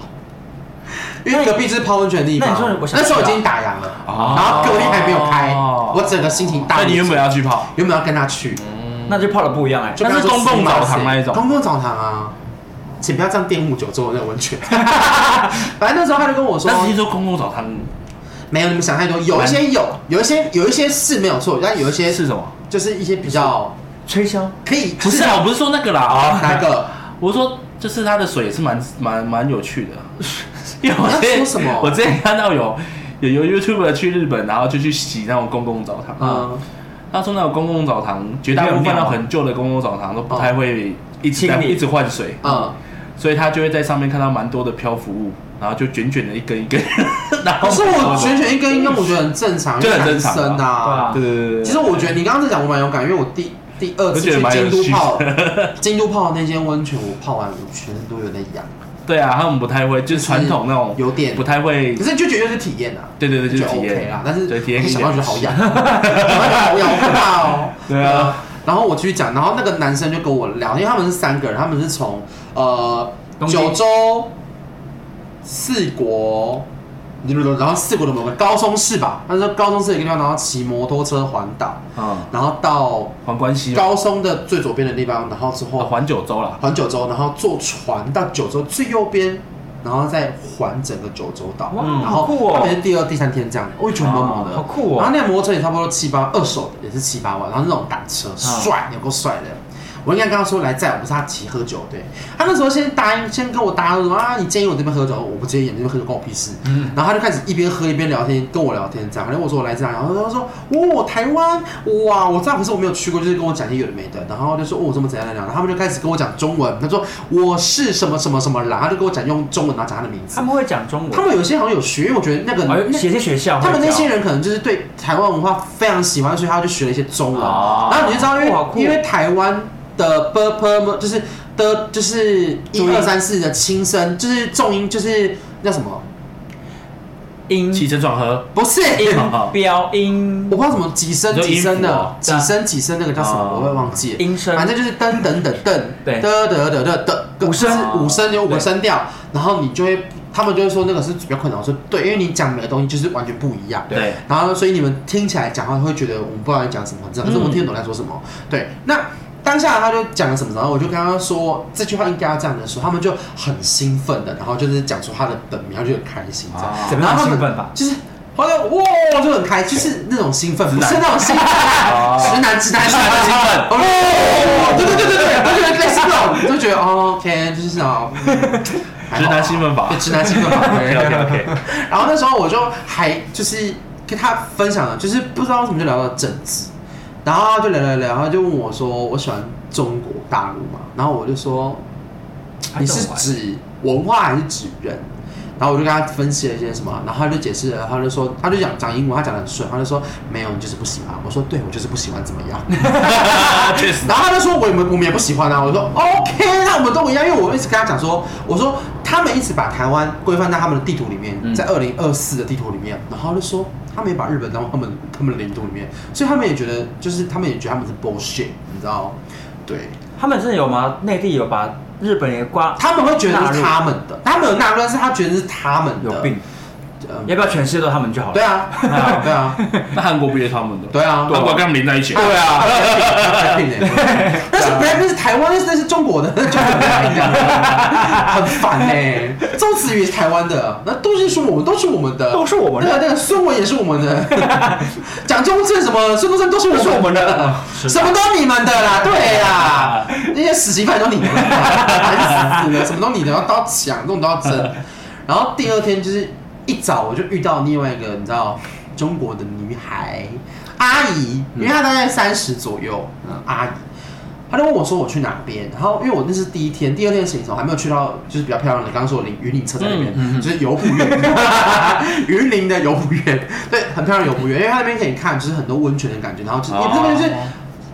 Speaker 1: 因为隔壁就是泡温泉的地方。
Speaker 3: 那你说我想
Speaker 1: 那时候已
Speaker 3: 去啊
Speaker 1: 经打烊了，
Speaker 4: 哦
Speaker 1: 然后隔壁还没有开，我整个心情大
Speaker 4: 那
Speaker 1: 怒。
Speaker 4: 你原本要去泡，
Speaker 1: 原本要跟他去，
Speaker 3: 嗯那就泡的不一样哎。
Speaker 1: 嗯就
Speaker 4: 那
Speaker 1: 跟他
Speaker 4: 是
Speaker 1: 说
Speaker 4: 公共澡堂那一种
Speaker 1: 公共澡堂啊，请不要这样玷污九州的那个温泉。 *laughs* 反正那时候他就跟我说，
Speaker 4: 但是听说公共澡堂
Speaker 1: 没有你们想太多，有一些有，有一些有一些是没有错，但有一些
Speaker 4: 是什么？
Speaker 1: 就是一些比较
Speaker 3: 吹箫，
Speaker 1: 可以，
Speaker 4: 不是啊，我不是说那个啦啊，
Speaker 1: 哦哪
Speaker 4: *laughs*
Speaker 1: 个？
Speaker 4: 我说就是它的水也是蛮蛮蛮
Speaker 1: *laughs*
Speaker 4: 有趣的，因为我之
Speaker 1: 你在说
Speaker 4: 前
Speaker 1: 什么
Speaker 4: 我之前看到有有有 YouTuber 去日本，然后就去洗那种公共澡堂，
Speaker 1: 嗯，
Speaker 4: 他说那种公共澡堂，绝大部分那种很旧的公共澡堂都不太会一直在
Speaker 3: 清理
Speaker 4: 一直换水，
Speaker 1: 嗯，
Speaker 4: 所以他就会在上面看到蛮多的漂浮物，然后就卷卷的一根一
Speaker 1: *laughs*
Speaker 4: 根，然后
Speaker 1: 可是我选选一根一根，我觉得很正常，
Speaker 4: 就很正常啊
Speaker 1: 因为男生啊。
Speaker 4: 对对对对对，
Speaker 1: 其实我觉得你刚刚在讲，我蛮有感，因为我第第二次
Speaker 4: 我觉得
Speaker 1: 去
Speaker 4: 蛮有
Speaker 1: 京都
Speaker 4: 趣的 *laughs*
Speaker 1: 泡京都泡那间温泉，我泡完我全身都有点痒，
Speaker 4: 对啊，他们不太会，就是传统那种
Speaker 1: 有点
Speaker 4: 不太会
Speaker 1: 可，是就觉得是体验啊。
Speaker 4: 对对对，就
Speaker 1: 就是
Speaker 4: 体
Speaker 1: OK
Speaker 4: 验
Speaker 1: 啦，但是哎
Speaker 4: 对体验
Speaker 1: 我
Speaker 4: 一
Speaker 1: 想到觉
Speaker 4: 点
Speaker 1: 得好痒，
Speaker 4: *laughs*
Speaker 1: 想到觉得好痒，我可怕哦。
Speaker 4: 对啊
Speaker 1: 呃，然后我继续讲，然后那个男生就跟我聊，因为他们是三个人，他们是从呃
Speaker 3: 东京
Speaker 1: 九州、四国，然后四国的某个高松市吧，他说高松市的一个地方，然后骑摩托车环岛，
Speaker 4: 嗯，
Speaker 1: 然后到
Speaker 4: 环关西嘛
Speaker 1: 高松的最左边的地方，然后之
Speaker 4: 啊
Speaker 1: 后
Speaker 4: 环九州啦，
Speaker 1: 环九州，然后坐船到九州最右边，然后再环整个九州岛。
Speaker 3: 哇
Speaker 1: 嗯然
Speaker 3: 好
Speaker 1: 后
Speaker 3: 酷哦
Speaker 1: 特别是第二、第三天这样，哎我也觉得蛮猛的。
Speaker 3: 好酷哦
Speaker 1: 然后那个摩托车也差不多七八二手的，也是七八万，然后那种单车，
Speaker 3: 啊
Speaker 1: 帅，有够帅的。我应该跟他说来载我，不是他骑喝酒，对他那时候先答应，先跟我答应说啊，你建议我这边喝酒，我不建议你那边喝酒，关我屁事。
Speaker 3: 嗯
Speaker 1: 然后他就开始一边喝一边聊天，跟我聊天这样。然后我说我来这样，然后他说哇、台湾哇，我知道，可是我没有去过，就是跟我讲一些有的没的。然后就说哦，怎么怎样怎样，然后他们就开始跟我讲中文。他说我是什么什么什么啦，他就跟我讲用中文，然后讲他的名字
Speaker 3: 他。们会讲中文，
Speaker 1: 他们有些好像有学，因为我觉得那个
Speaker 3: 哦
Speaker 1: 那
Speaker 3: 哎有些学校会
Speaker 1: 他们那些
Speaker 3: 教
Speaker 1: 人可能就是对台湾文化非常喜欢，所以他就学了一些中文。
Speaker 3: 哦
Speaker 1: 然后你就知道，因
Speaker 3: 哇
Speaker 1: 为
Speaker 3: 酷
Speaker 1: 因为台湾的 b p m 就是的，就是一
Speaker 3: 注音
Speaker 1: 二三四的轻声，就是重音，就是那叫什么？
Speaker 3: 音
Speaker 4: 起承转合，
Speaker 1: 不是
Speaker 3: 音
Speaker 4: 好
Speaker 3: 标音
Speaker 1: 我不知道什么几声
Speaker 4: 你说
Speaker 1: 几声
Speaker 4: 音符
Speaker 1: 的
Speaker 4: 哦
Speaker 3: 啊
Speaker 1: 几声几声那个叫什么，
Speaker 4: 哦
Speaker 1: 我会忘记了。
Speaker 3: 音声
Speaker 1: 反正就是噔噔噔噔，
Speaker 3: 对
Speaker 1: 噔噔噔噔噔，
Speaker 3: 五声
Speaker 1: 是五声有五个
Speaker 3: 对
Speaker 1: 声调，然后你就会，他们就会说那个是比较困难。我说对，因为你讲每个东西就是完全不一样。
Speaker 4: 对，
Speaker 1: 然后所以你们听起来讲话会觉得我们不知道在讲什么，这样，可是我们听得懂在说什么。对，那当下他就讲了什么，然后我就跟他说这句话应该要这样的说，他们就很兴奋的，然后就是讲出他的本名，他就很开心这样。
Speaker 4: 啊
Speaker 3: 怎么
Speaker 1: 然后
Speaker 3: 样
Speaker 1: 他
Speaker 3: 兴
Speaker 1: 们
Speaker 3: 奋吧？
Speaker 1: 就是。好像哇，就很开，就是那种兴奋，
Speaker 4: 直
Speaker 1: 不
Speaker 4: 男
Speaker 1: 是那种兴奋，直男直男
Speaker 4: 直男的兴奋
Speaker 1: 哦，对对对对对，我觉得类似那种，就觉得哦，OK，就是啊，嗯还好
Speaker 4: 直男兴奋法
Speaker 1: 对直男兴奋法
Speaker 4: OK OK，
Speaker 1: *laughs* 然后那时候我就还就是跟他分享了，就是不知道为什么就聊到政治，然后他就聊聊聊，然后就问我说我喜欢中国大陆嘛，然后我就说你是指文化还是指人？然后我就跟他分析了一些什么，然后他就解释了，他就说，他就讲讲英文，他讲的很顺，他就说没有，你就是不喜欢。我说对，我就是不喜欢，怎么样？
Speaker 4: *laughs* 确
Speaker 1: *laughs*
Speaker 4: 实，
Speaker 1: 然后他就说我们我们也不喜欢啊。我说 OK，那我们都一样，因为我一直跟他讲说，我说他们一直把台湾规范在他们的地图里面，在二零二四的地图里面，然后他就说他们也把日本当他们他们的领土里面，所以他们也觉得就是他们也觉得他们是 bullshit，你知道吗？对，
Speaker 3: 他们真的有吗？内地有把日本也挂，
Speaker 1: 他们会觉得是
Speaker 3: 啊纳
Speaker 1: 他们的，他们有纳入，但是他觉得是他们
Speaker 3: 入
Speaker 1: 的。
Speaker 3: 有病，
Speaker 1: 呃
Speaker 3: 要不要全世界都他们就好了？
Speaker 1: 对啊，对啊，
Speaker 4: 那韩国不也是他们的？
Speaker 1: 对啊，
Speaker 4: 韩国跟他们连在一起。
Speaker 1: 对啊，Blackpink 欸 *laughs* 但是 Blackpink 是台湾，但是那是中国的， *laughs* 就很不一样，很烦哎。周子瑜也是台湾的，那都是说我们都是我们的，
Speaker 3: 都是我们的
Speaker 1: 对啊，对啊，孙文也是我们
Speaker 3: *laughs*
Speaker 1: 的，蒋中正什么孙中山都是
Speaker 3: 都是我
Speaker 1: *laughs*
Speaker 3: 们的是
Speaker 1: 什么都你们的啦，对啦，那些死刑犯都你们的，烦死了，什么都你的，要都要抢，弄都要争。然后第二天就是一早我就遇到另外一个你知道中国的女孩阿姨，因为她大概三十左右，嗯，阿姨，她就问我说我去哪边，然后因为我那是第一天，第二天的行程我还没有去到就是比较漂亮的，刚刚说的云林车站那边，就是游步院， *laughs* 云林的游步院，对，很漂亮的游步院，因为它那边可以看就是很多温泉的感觉，然后就是、也不是温泉就是。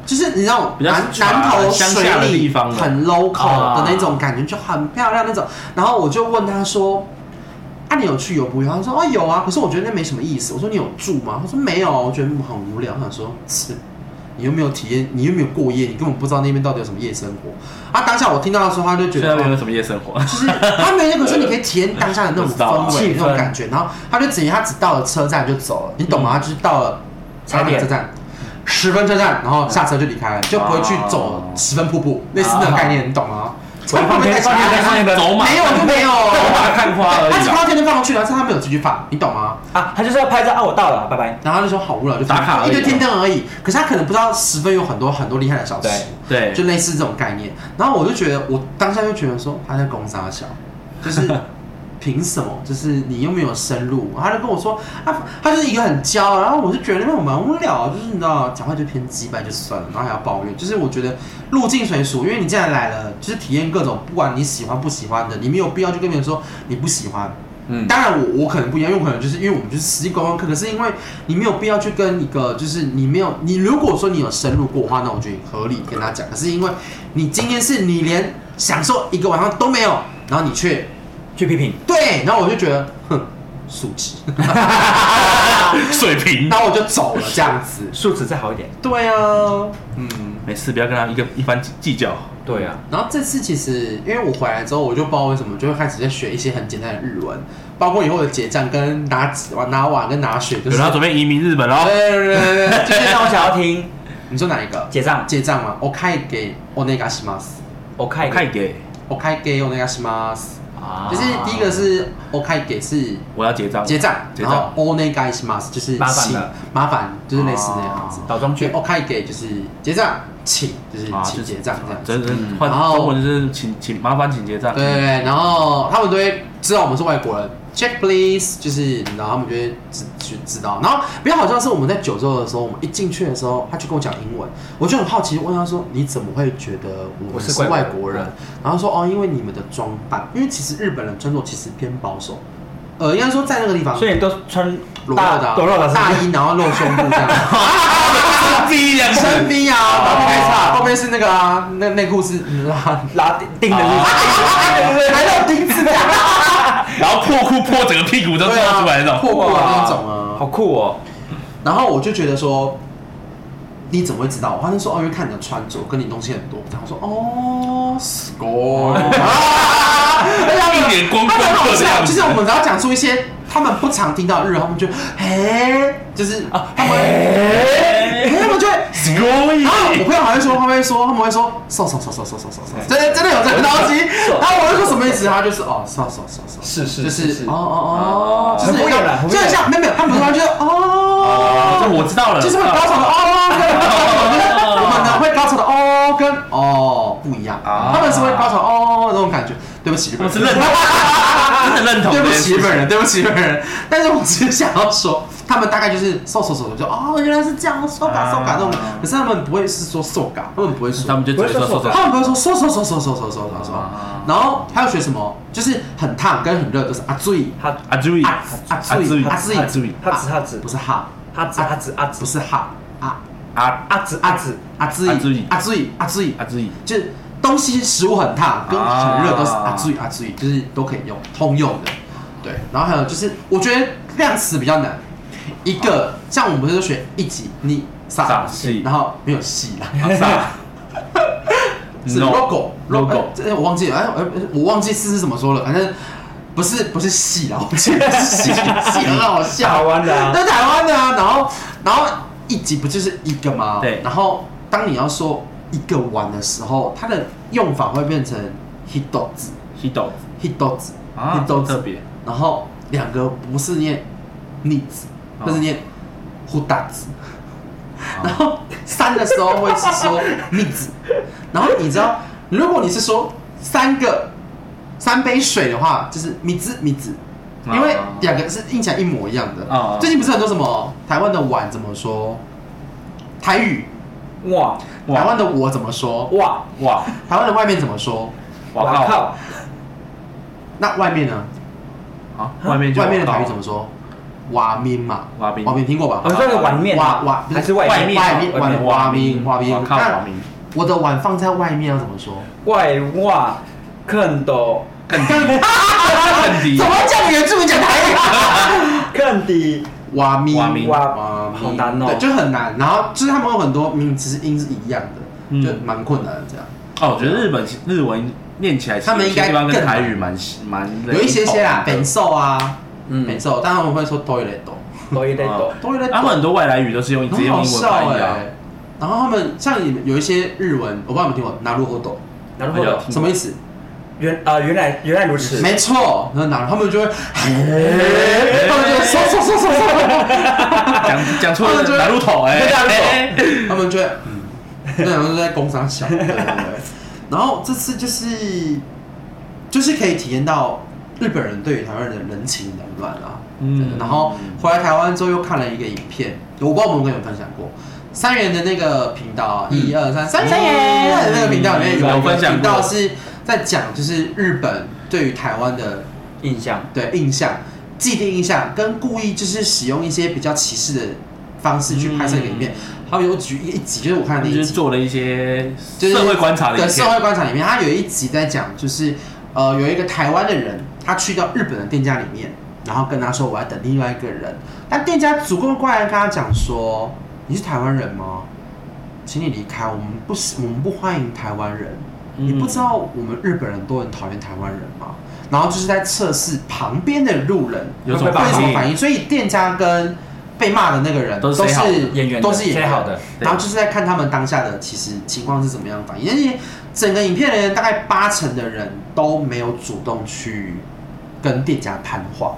Speaker 1: 就是你知道
Speaker 4: 比较
Speaker 1: 南
Speaker 4: 传
Speaker 1: 南头
Speaker 4: 乡
Speaker 1: 水
Speaker 4: 下的
Speaker 1: 里
Speaker 4: 地方的
Speaker 1: 很 local 的
Speaker 3: 啊
Speaker 1: 那种感觉，就很漂亮那种。然后我就问他说：“啊，你有去游不游？”他说：“哦，有啊，可是我觉得那没什么意思。”我说：“你有住吗？”他说：“没有，啊我觉得很无聊。”我想说：“是，你又没有体验，你又没有过夜，你根本不知道那边到底有什么夜生活。”啊，当下我听到的时候，他就觉
Speaker 4: 现
Speaker 1: 得
Speaker 4: 在
Speaker 1: 哦
Speaker 4: 没有什么夜生活，
Speaker 1: 就是他没有，可是你可以体验当下的那种
Speaker 4: 知道啊
Speaker 1: 氛围、
Speaker 3: 气氛
Speaker 1: 那种感觉。然后他就直接，他只到了车站就走了，你懂吗？他就是到了
Speaker 3: 踩点
Speaker 1: 车站，十分车站，然后下车就离开了，就不会去走十分瀑布，类似那种概念，你懂
Speaker 4: 啊
Speaker 1: 吗？
Speaker 3: 我放天放天放天
Speaker 4: 走马啊
Speaker 1: 没有就没有，
Speaker 4: 把它看花而
Speaker 1: 他只
Speaker 4: 已
Speaker 1: 看
Speaker 4: 啦。
Speaker 1: 到天天放上去，但是他没有继续放，你懂吗？
Speaker 3: 啊，他就是要拍照啊，我到了，拜拜。
Speaker 1: 然后他就说好无聊，就
Speaker 4: 打卡而已啊
Speaker 1: 一堆天灯而已。可是他可能不知道十分有很多很多厉害的小吃，
Speaker 4: *laughs* 对，
Speaker 1: 就类似这种概念。然后我就觉得，我当下就觉得说他在攻杀小，就是凭什么？就是你又没有深入。他就跟我说，啊，他就是一个很骄傲。然后我就觉得那种蛮无聊，就是你知道，讲话就偏鸡掰就算了，然后还要抱怨。就是我觉得入境随俗，因为你既然来了，就是体验各种，不管你喜欢不喜欢的，你没有必要去跟别人说你不喜欢。
Speaker 3: 嗯
Speaker 1: 当然我我可能不一样，因为我可能就是因为我们就是实际观光客，可是因为你没有必要去跟一个就是你没有你如果说你有深入过的话，那我觉得合理跟他讲。可是因为你今天是你连享受一个晚上都没有，然后你却
Speaker 3: 去批评，
Speaker 1: 对，然后我就觉得哼，素质，
Speaker 4: 水平。
Speaker 1: 然后我就走了这样子。
Speaker 3: 素质再好一点。
Speaker 1: 对啊，嗯。
Speaker 4: 没事，不要跟他一个一番计较。
Speaker 1: *laughs*
Speaker 3: 对啊，
Speaker 1: 然后这次其实，因为我回来之后，我就不知道为什么就会开始在学一些很简单的日文，包括以后的结账跟拿纸碗、拿碗跟拿水，就
Speaker 4: 有
Speaker 1: 是
Speaker 4: 人要准备移民日本喽。
Speaker 1: 对对对对对，就
Speaker 3: 今
Speaker 1: 是
Speaker 3: 天让我想要听
Speaker 1: 你说哪一个？
Speaker 3: 结账，
Speaker 1: 结账吗？我开给お願いします。
Speaker 3: 我看一
Speaker 4: 看
Speaker 3: 看
Speaker 4: 给
Speaker 1: 我开给お願いします。
Speaker 3: 啊
Speaker 1: 就是第一个是我开给是
Speaker 4: 我要结账。
Speaker 1: 结账，
Speaker 4: 结
Speaker 1: 然
Speaker 4: 账
Speaker 1: 后お願いします就是
Speaker 3: 麻烦
Speaker 1: 请
Speaker 3: 了啊
Speaker 1: 麻烦就是类似那样子。
Speaker 3: 倒装
Speaker 1: 所以
Speaker 3: 句，
Speaker 1: 我开给就是结账，请就是
Speaker 4: 啊
Speaker 1: 请
Speaker 4: 就
Speaker 1: 结账这样子。嗯
Speaker 4: 真真换
Speaker 1: 然后
Speaker 4: 中文就是请请麻烦请结账。
Speaker 1: 对对对，然后他们都会知道我们是外国人，check please，就是你知道他们就会知去知道。然后比较好笑的是我们在九州的时候，我们一进去的时候，他就跟我讲英文，我就很好奇问他说：“你怎么会觉得我
Speaker 3: 我
Speaker 1: 是
Speaker 3: 是
Speaker 1: 外
Speaker 3: 外
Speaker 1: 国
Speaker 3: 国
Speaker 1: 人
Speaker 3: 人？”
Speaker 1: 然后说：“哦，因为你们的装扮，因为其实日本人穿着其实偏保守，呃，应该说在那个地方
Speaker 3: 所以你都穿
Speaker 1: 裸露
Speaker 3: 大
Speaker 1: 的啊、
Speaker 3: 裸露的是
Speaker 1: 大
Speaker 3: 不是，
Speaker 1: 衣，然后露胸部这 *laughs* 样。”
Speaker 4: 逼啊两
Speaker 1: 深 V 啊，然后后面
Speaker 3: 哦
Speaker 1: 后面是那个啊，那内裤是拉，
Speaker 3: 拉钉的
Speaker 4: 啊
Speaker 3: 是，
Speaker 1: 还有钉子这样。
Speaker 4: 然后破裤破整个屁股都
Speaker 1: 对
Speaker 4: 露出来那
Speaker 1: 啊，
Speaker 4: 种。
Speaker 1: 破过的那种啊。
Speaker 3: 好酷哦。
Speaker 1: 然后我就觉得说，你怎么会知道？我他就说哦，因为看你的穿着，跟你东西很多。然后说哦，score，
Speaker 4: 一脸光
Speaker 1: 他
Speaker 4: 棍
Speaker 1: 们很好
Speaker 4: 客的
Speaker 1: 笑，
Speaker 4: 样
Speaker 1: 就
Speaker 4: 子
Speaker 1: 是我们只要讲出一些他们不常听到的日文，他们就嘿，就是啊，他们嘿，他们就会。然后我朋友还会说，他们会说，他们会说，瘦瘦瘦瘦瘦瘦瘦瘦，真的真的有这个东西。然后我就说什么意思？他就是哦，瘦瘦瘦瘦，
Speaker 3: 是是
Speaker 1: 就是是
Speaker 3: 是
Speaker 1: 哦哦哦，就
Speaker 3: 很
Speaker 1: 是
Speaker 3: 不一样啦很
Speaker 1: 就
Speaker 3: 不一样
Speaker 1: 很像没有没有，他们不是他就是哦，
Speaker 4: 啊这我知道了，
Speaker 1: 就是会高潮
Speaker 4: *laughs*
Speaker 1: 的哦，跟我们的会高潮的哦跟哦不一样，
Speaker 4: 啊
Speaker 1: 他们是会高潮哦那种感觉。对不起，日本
Speaker 4: 我
Speaker 1: 人
Speaker 4: 是认同，真的认同。
Speaker 1: 对不起日本人，对不起日本人。但是我只是想要说，他们大概就是瘦瘦瘦瘦，就哦原来是这样，瘦嘎瘦嘎那种。可是他们不会是说瘦嘎，他们不会说，
Speaker 4: 他们就直接说说说。
Speaker 1: 他们不会说瘦瘦瘦瘦瘦瘦瘦瘦瘦。然后还要学什么？就是很烫跟很热，就是啊注意。
Speaker 3: 哈
Speaker 4: 阿注意，
Speaker 1: 啊啊注意啊注意
Speaker 4: 阿注意，
Speaker 3: 哈子哈子
Speaker 1: 不是哈，
Speaker 3: 哈子哈子阿
Speaker 1: 不
Speaker 3: 子
Speaker 1: 是哈啊
Speaker 4: 阿
Speaker 3: 阿子阿
Speaker 1: 啊子
Speaker 3: 子，
Speaker 1: 啊注
Speaker 4: 啊注
Speaker 1: 意
Speaker 4: 意
Speaker 1: 啊注意啊注意
Speaker 4: 阿注意，
Speaker 1: 就是东西食物很烫跟很热都是啊
Speaker 4: 啊
Speaker 1: 注意啊注意，就是都可以用通用的。对，然后还有就是我觉得量词比较难，一个像我们不是都学一级你啥
Speaker 4: 啥系
Speaker 1: 然后没有系啦，
Speaker 4: 阿萨，
Speaker 1: 是
Speaker 4: No
Speaker 1: logo
Speaker 4: logo
Speaker 1: 呃这我忘记了，哎，呃我忘记是是怎么说了，反正不是不是戏啦，我记得是戏，戏很好笑，
Speaker 2: 台湾的啊，
Speaker 1: 那台湾的啊，然后然后一集不就是一个吗？
Speaker 4: 对
Speaker 1: 然后当你要说一个碗的时候，它的用法会变成 hit d o g s
Speaker 4: 西斗
Speaker 1: hit d o g s
Speaker 4: 啊，
Speaker 1: hit d o
Speaker 4: 都
Speaker 1: g
Speaker 4: 特
Speaker 1: s
Speaker 4: 别
Speaker 1: 然后两个不是念 needs，
Speaker 4: 哦
Speaker 1: 就是念 who does。然后三的时候会是说 needs，然后你知道，如果你是说三个三杯水的话，就是米子米子，因为
Speaker 4: 啊
Speaker 1: 两个是印起来一模一样的。
Speaker 4: 啊
Speaker 1: 最近不是很多什么台湾的碗怎么说？台语，
Speaker 3: 哇
Speaker 4: 哇
Speaker 1: 台湾的我怎么说？
Speaker 3: 哇
Speaker 4: 哇
Speaker 1: 台湾的外面怎么说？
Speaker 4: 哇靠
Speaker 3: 靠，
Speaker 1: 那外面呢？
Speaker 4: 啊， *laughs* 外面就
Speaker 1: 外面的台语怎
Speaker 4: 么
Speaker 1: 么说？瓦面嘛，
Speaker 4: 瓦面
Speaker 1: 瓦面听过吧
Speaker 3: 我？们说那个碗面
Speaker 1: 瓦
Speaker 3: 啊
Speaker 1: 瓦
Speaker 3: 还是外
Speaker 1: 外
Speaker 3: 面啊
Speaker 1: 外面
Speaker 3: 外
Speaker 1: 碗
Speaker 3: 面
Speaker 1: 瓦面瓦面
Speaker 4: 哇。靠
Speaker 1: 那
Speaker 4: 瓦面
Speaker 1: 我的碗放在外面要怎么说？
Speaker 3: 外哇坑斗
Speaker 4: 更低更低
Speaker 1: 怎么会叫你原住民讲台语
Speaker 3: *laughs*
Speaker 1: 啊？
Speaker 3: 坑底
Speaker 1: 瓦咪
Speaker 4: 瓦咪
Speaker 1: 瓦咪
Speaker 3: 好难哦
Speaker 1: 对，就很难。然后就是他们有很多名词是音是一样的，
Speaker 4: 嗯
Speaker 1: 就蛮困难的这样。
Speaker 4: 哦，我觉得日本日文念起来，
Speaker 1: 他们应该
Speaker 4: 地方跟
Speaker 1: 更
Speaker 4: 台语蛮蛮
Speaker 1: 有一些些啦，本寿啊，
Speaker 3: 嗯
Speaker 1: 本寿，但他们会说 toilet，toilet，
Speaker 3: 多一类斗，
Speaker 4: 他们很多外来语都是用直接
Speaker 1: 很
Speaker 4: 用
Speaker 1: 好
Speaker 4: 英文
Speaker 1: 笑
Speaker 4: 翻译啊
Speaker 1: 哎。。然后他们像你们有一些日文，我不知道你们听过，拿入后斗
Speaker 3: 然后
Speaker 4: 哎呦
Speaker 1: 什么意思？
Speaker 3: 原啊原来原来如此，
Speaker 1: 没错，然后拿入他们就会，他们就说说说说说，
Speaker 4: 啊讲讲错
Speaker 1: 他
Speaker 4: 了
Speaker 1: 们就会
Speaker 4: 拿路头哎，
Speaker 1: 对拿入头
Speaker 4: 哎
Speaker 1: *laughs* 他们就会，嗯，那然后就在工商小，对对 *laughs* 对。然后这次就是就是可以体验到日本人对于台湾人的人情冷暖啊，嗯
Speaker 4: 嗯。
Speaker 1: 然后回来台湾之后又看了一个影片，我不知道我们有没有分享过。三元的那个频道啊，一二三，三元的嗯那个频道里面有
Speaker 4: 有
Speaker 1: 一个
Speaker 4: 分享
Speaker 1: 频
Speaker 4: 过
Speaker 1: 道是在讲，就是日本对于台湾的
Speaker 3: 印象
Speaker 1: 对印象、既定印象，跟故意就是使用一些比较歧视的方式去拍摄一个影片。好比我举一集，就是我看的
Speaker 4: 嗯就
Speaker 1: 第一
Speaker 4: 是
Speaker 1: 集，
Speaker 4: 做了一些
Speaker 1: 就是
Speaker 4: 社会观察的影
Speaker 1: 对社
Speaker 4: 片，
Speaker 1: 会观察里面，他有一集在讲，就是呃，有一个台湾的人，他去到日本的店家里面，然后跟他说我要等另外一个人，但店家主动过来跟他讲说，你是台湾人吗？请你离开，我们不喜我们不欢迎台湾人。
Speaker 4: 嗯
Speaker 1: 你不知道我们日本人都很讨厌台湾人吗？然后就是在测试旁边的路人
Speaker 4: 有什
Speaker 1: 会
Speaker 4: 么
Speaker 1: 有什么
Speaker 4: 反
Speaker 1: 反
Speaker 4: 应？
Speaker 1: 应，所以店家跟被骂的那个人
Speaker 4: 都是
Speaker 1: 都
Speaker 4: 谁好
Speaker 1: 是
Speaker 3: 演员的
Speaker 1: 都是演员
Speaker 3: 谁好的
Speaker 1: 然后就是在看他们当下的其实情况是怎么样反应。因为整个影片的人大概八成的人都没有主动去跟店家谈话，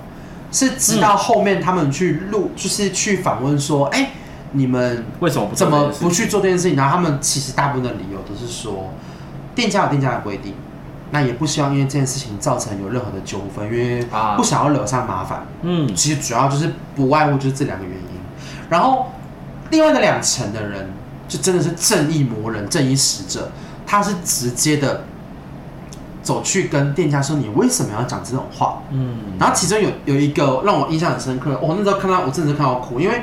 Speaker 1: 是直到后面他们去录，就是去访问说，哎、你们
Speaker 4: 为什么不做
Speaker 1: 怎
Speaker 4: 这
Speaker 1: 么
Speaker 4: 件事
Speaker 1: 不去做这件事情？然后他们其实大部分的理由都是说，店家有店家的规定，那也不希望因为这件事情造成有任何的纠纷，因为
Speaker 3: 啊
Speaker 1: 不想要惹上麻烦。
Speaker 4: 嗯
Speaker 1: 其实主要就是不外乎就是这两个原因，然后另外的两成的人就真的是正义魔人、正义使者，他是直接的走去跟店家说你为什么要讲这种话，
Speaker 4: 嗯，
Speaker 1: 然后其中有有一个让我印象很深刻，我、那时候看到我真的是看到哭，因为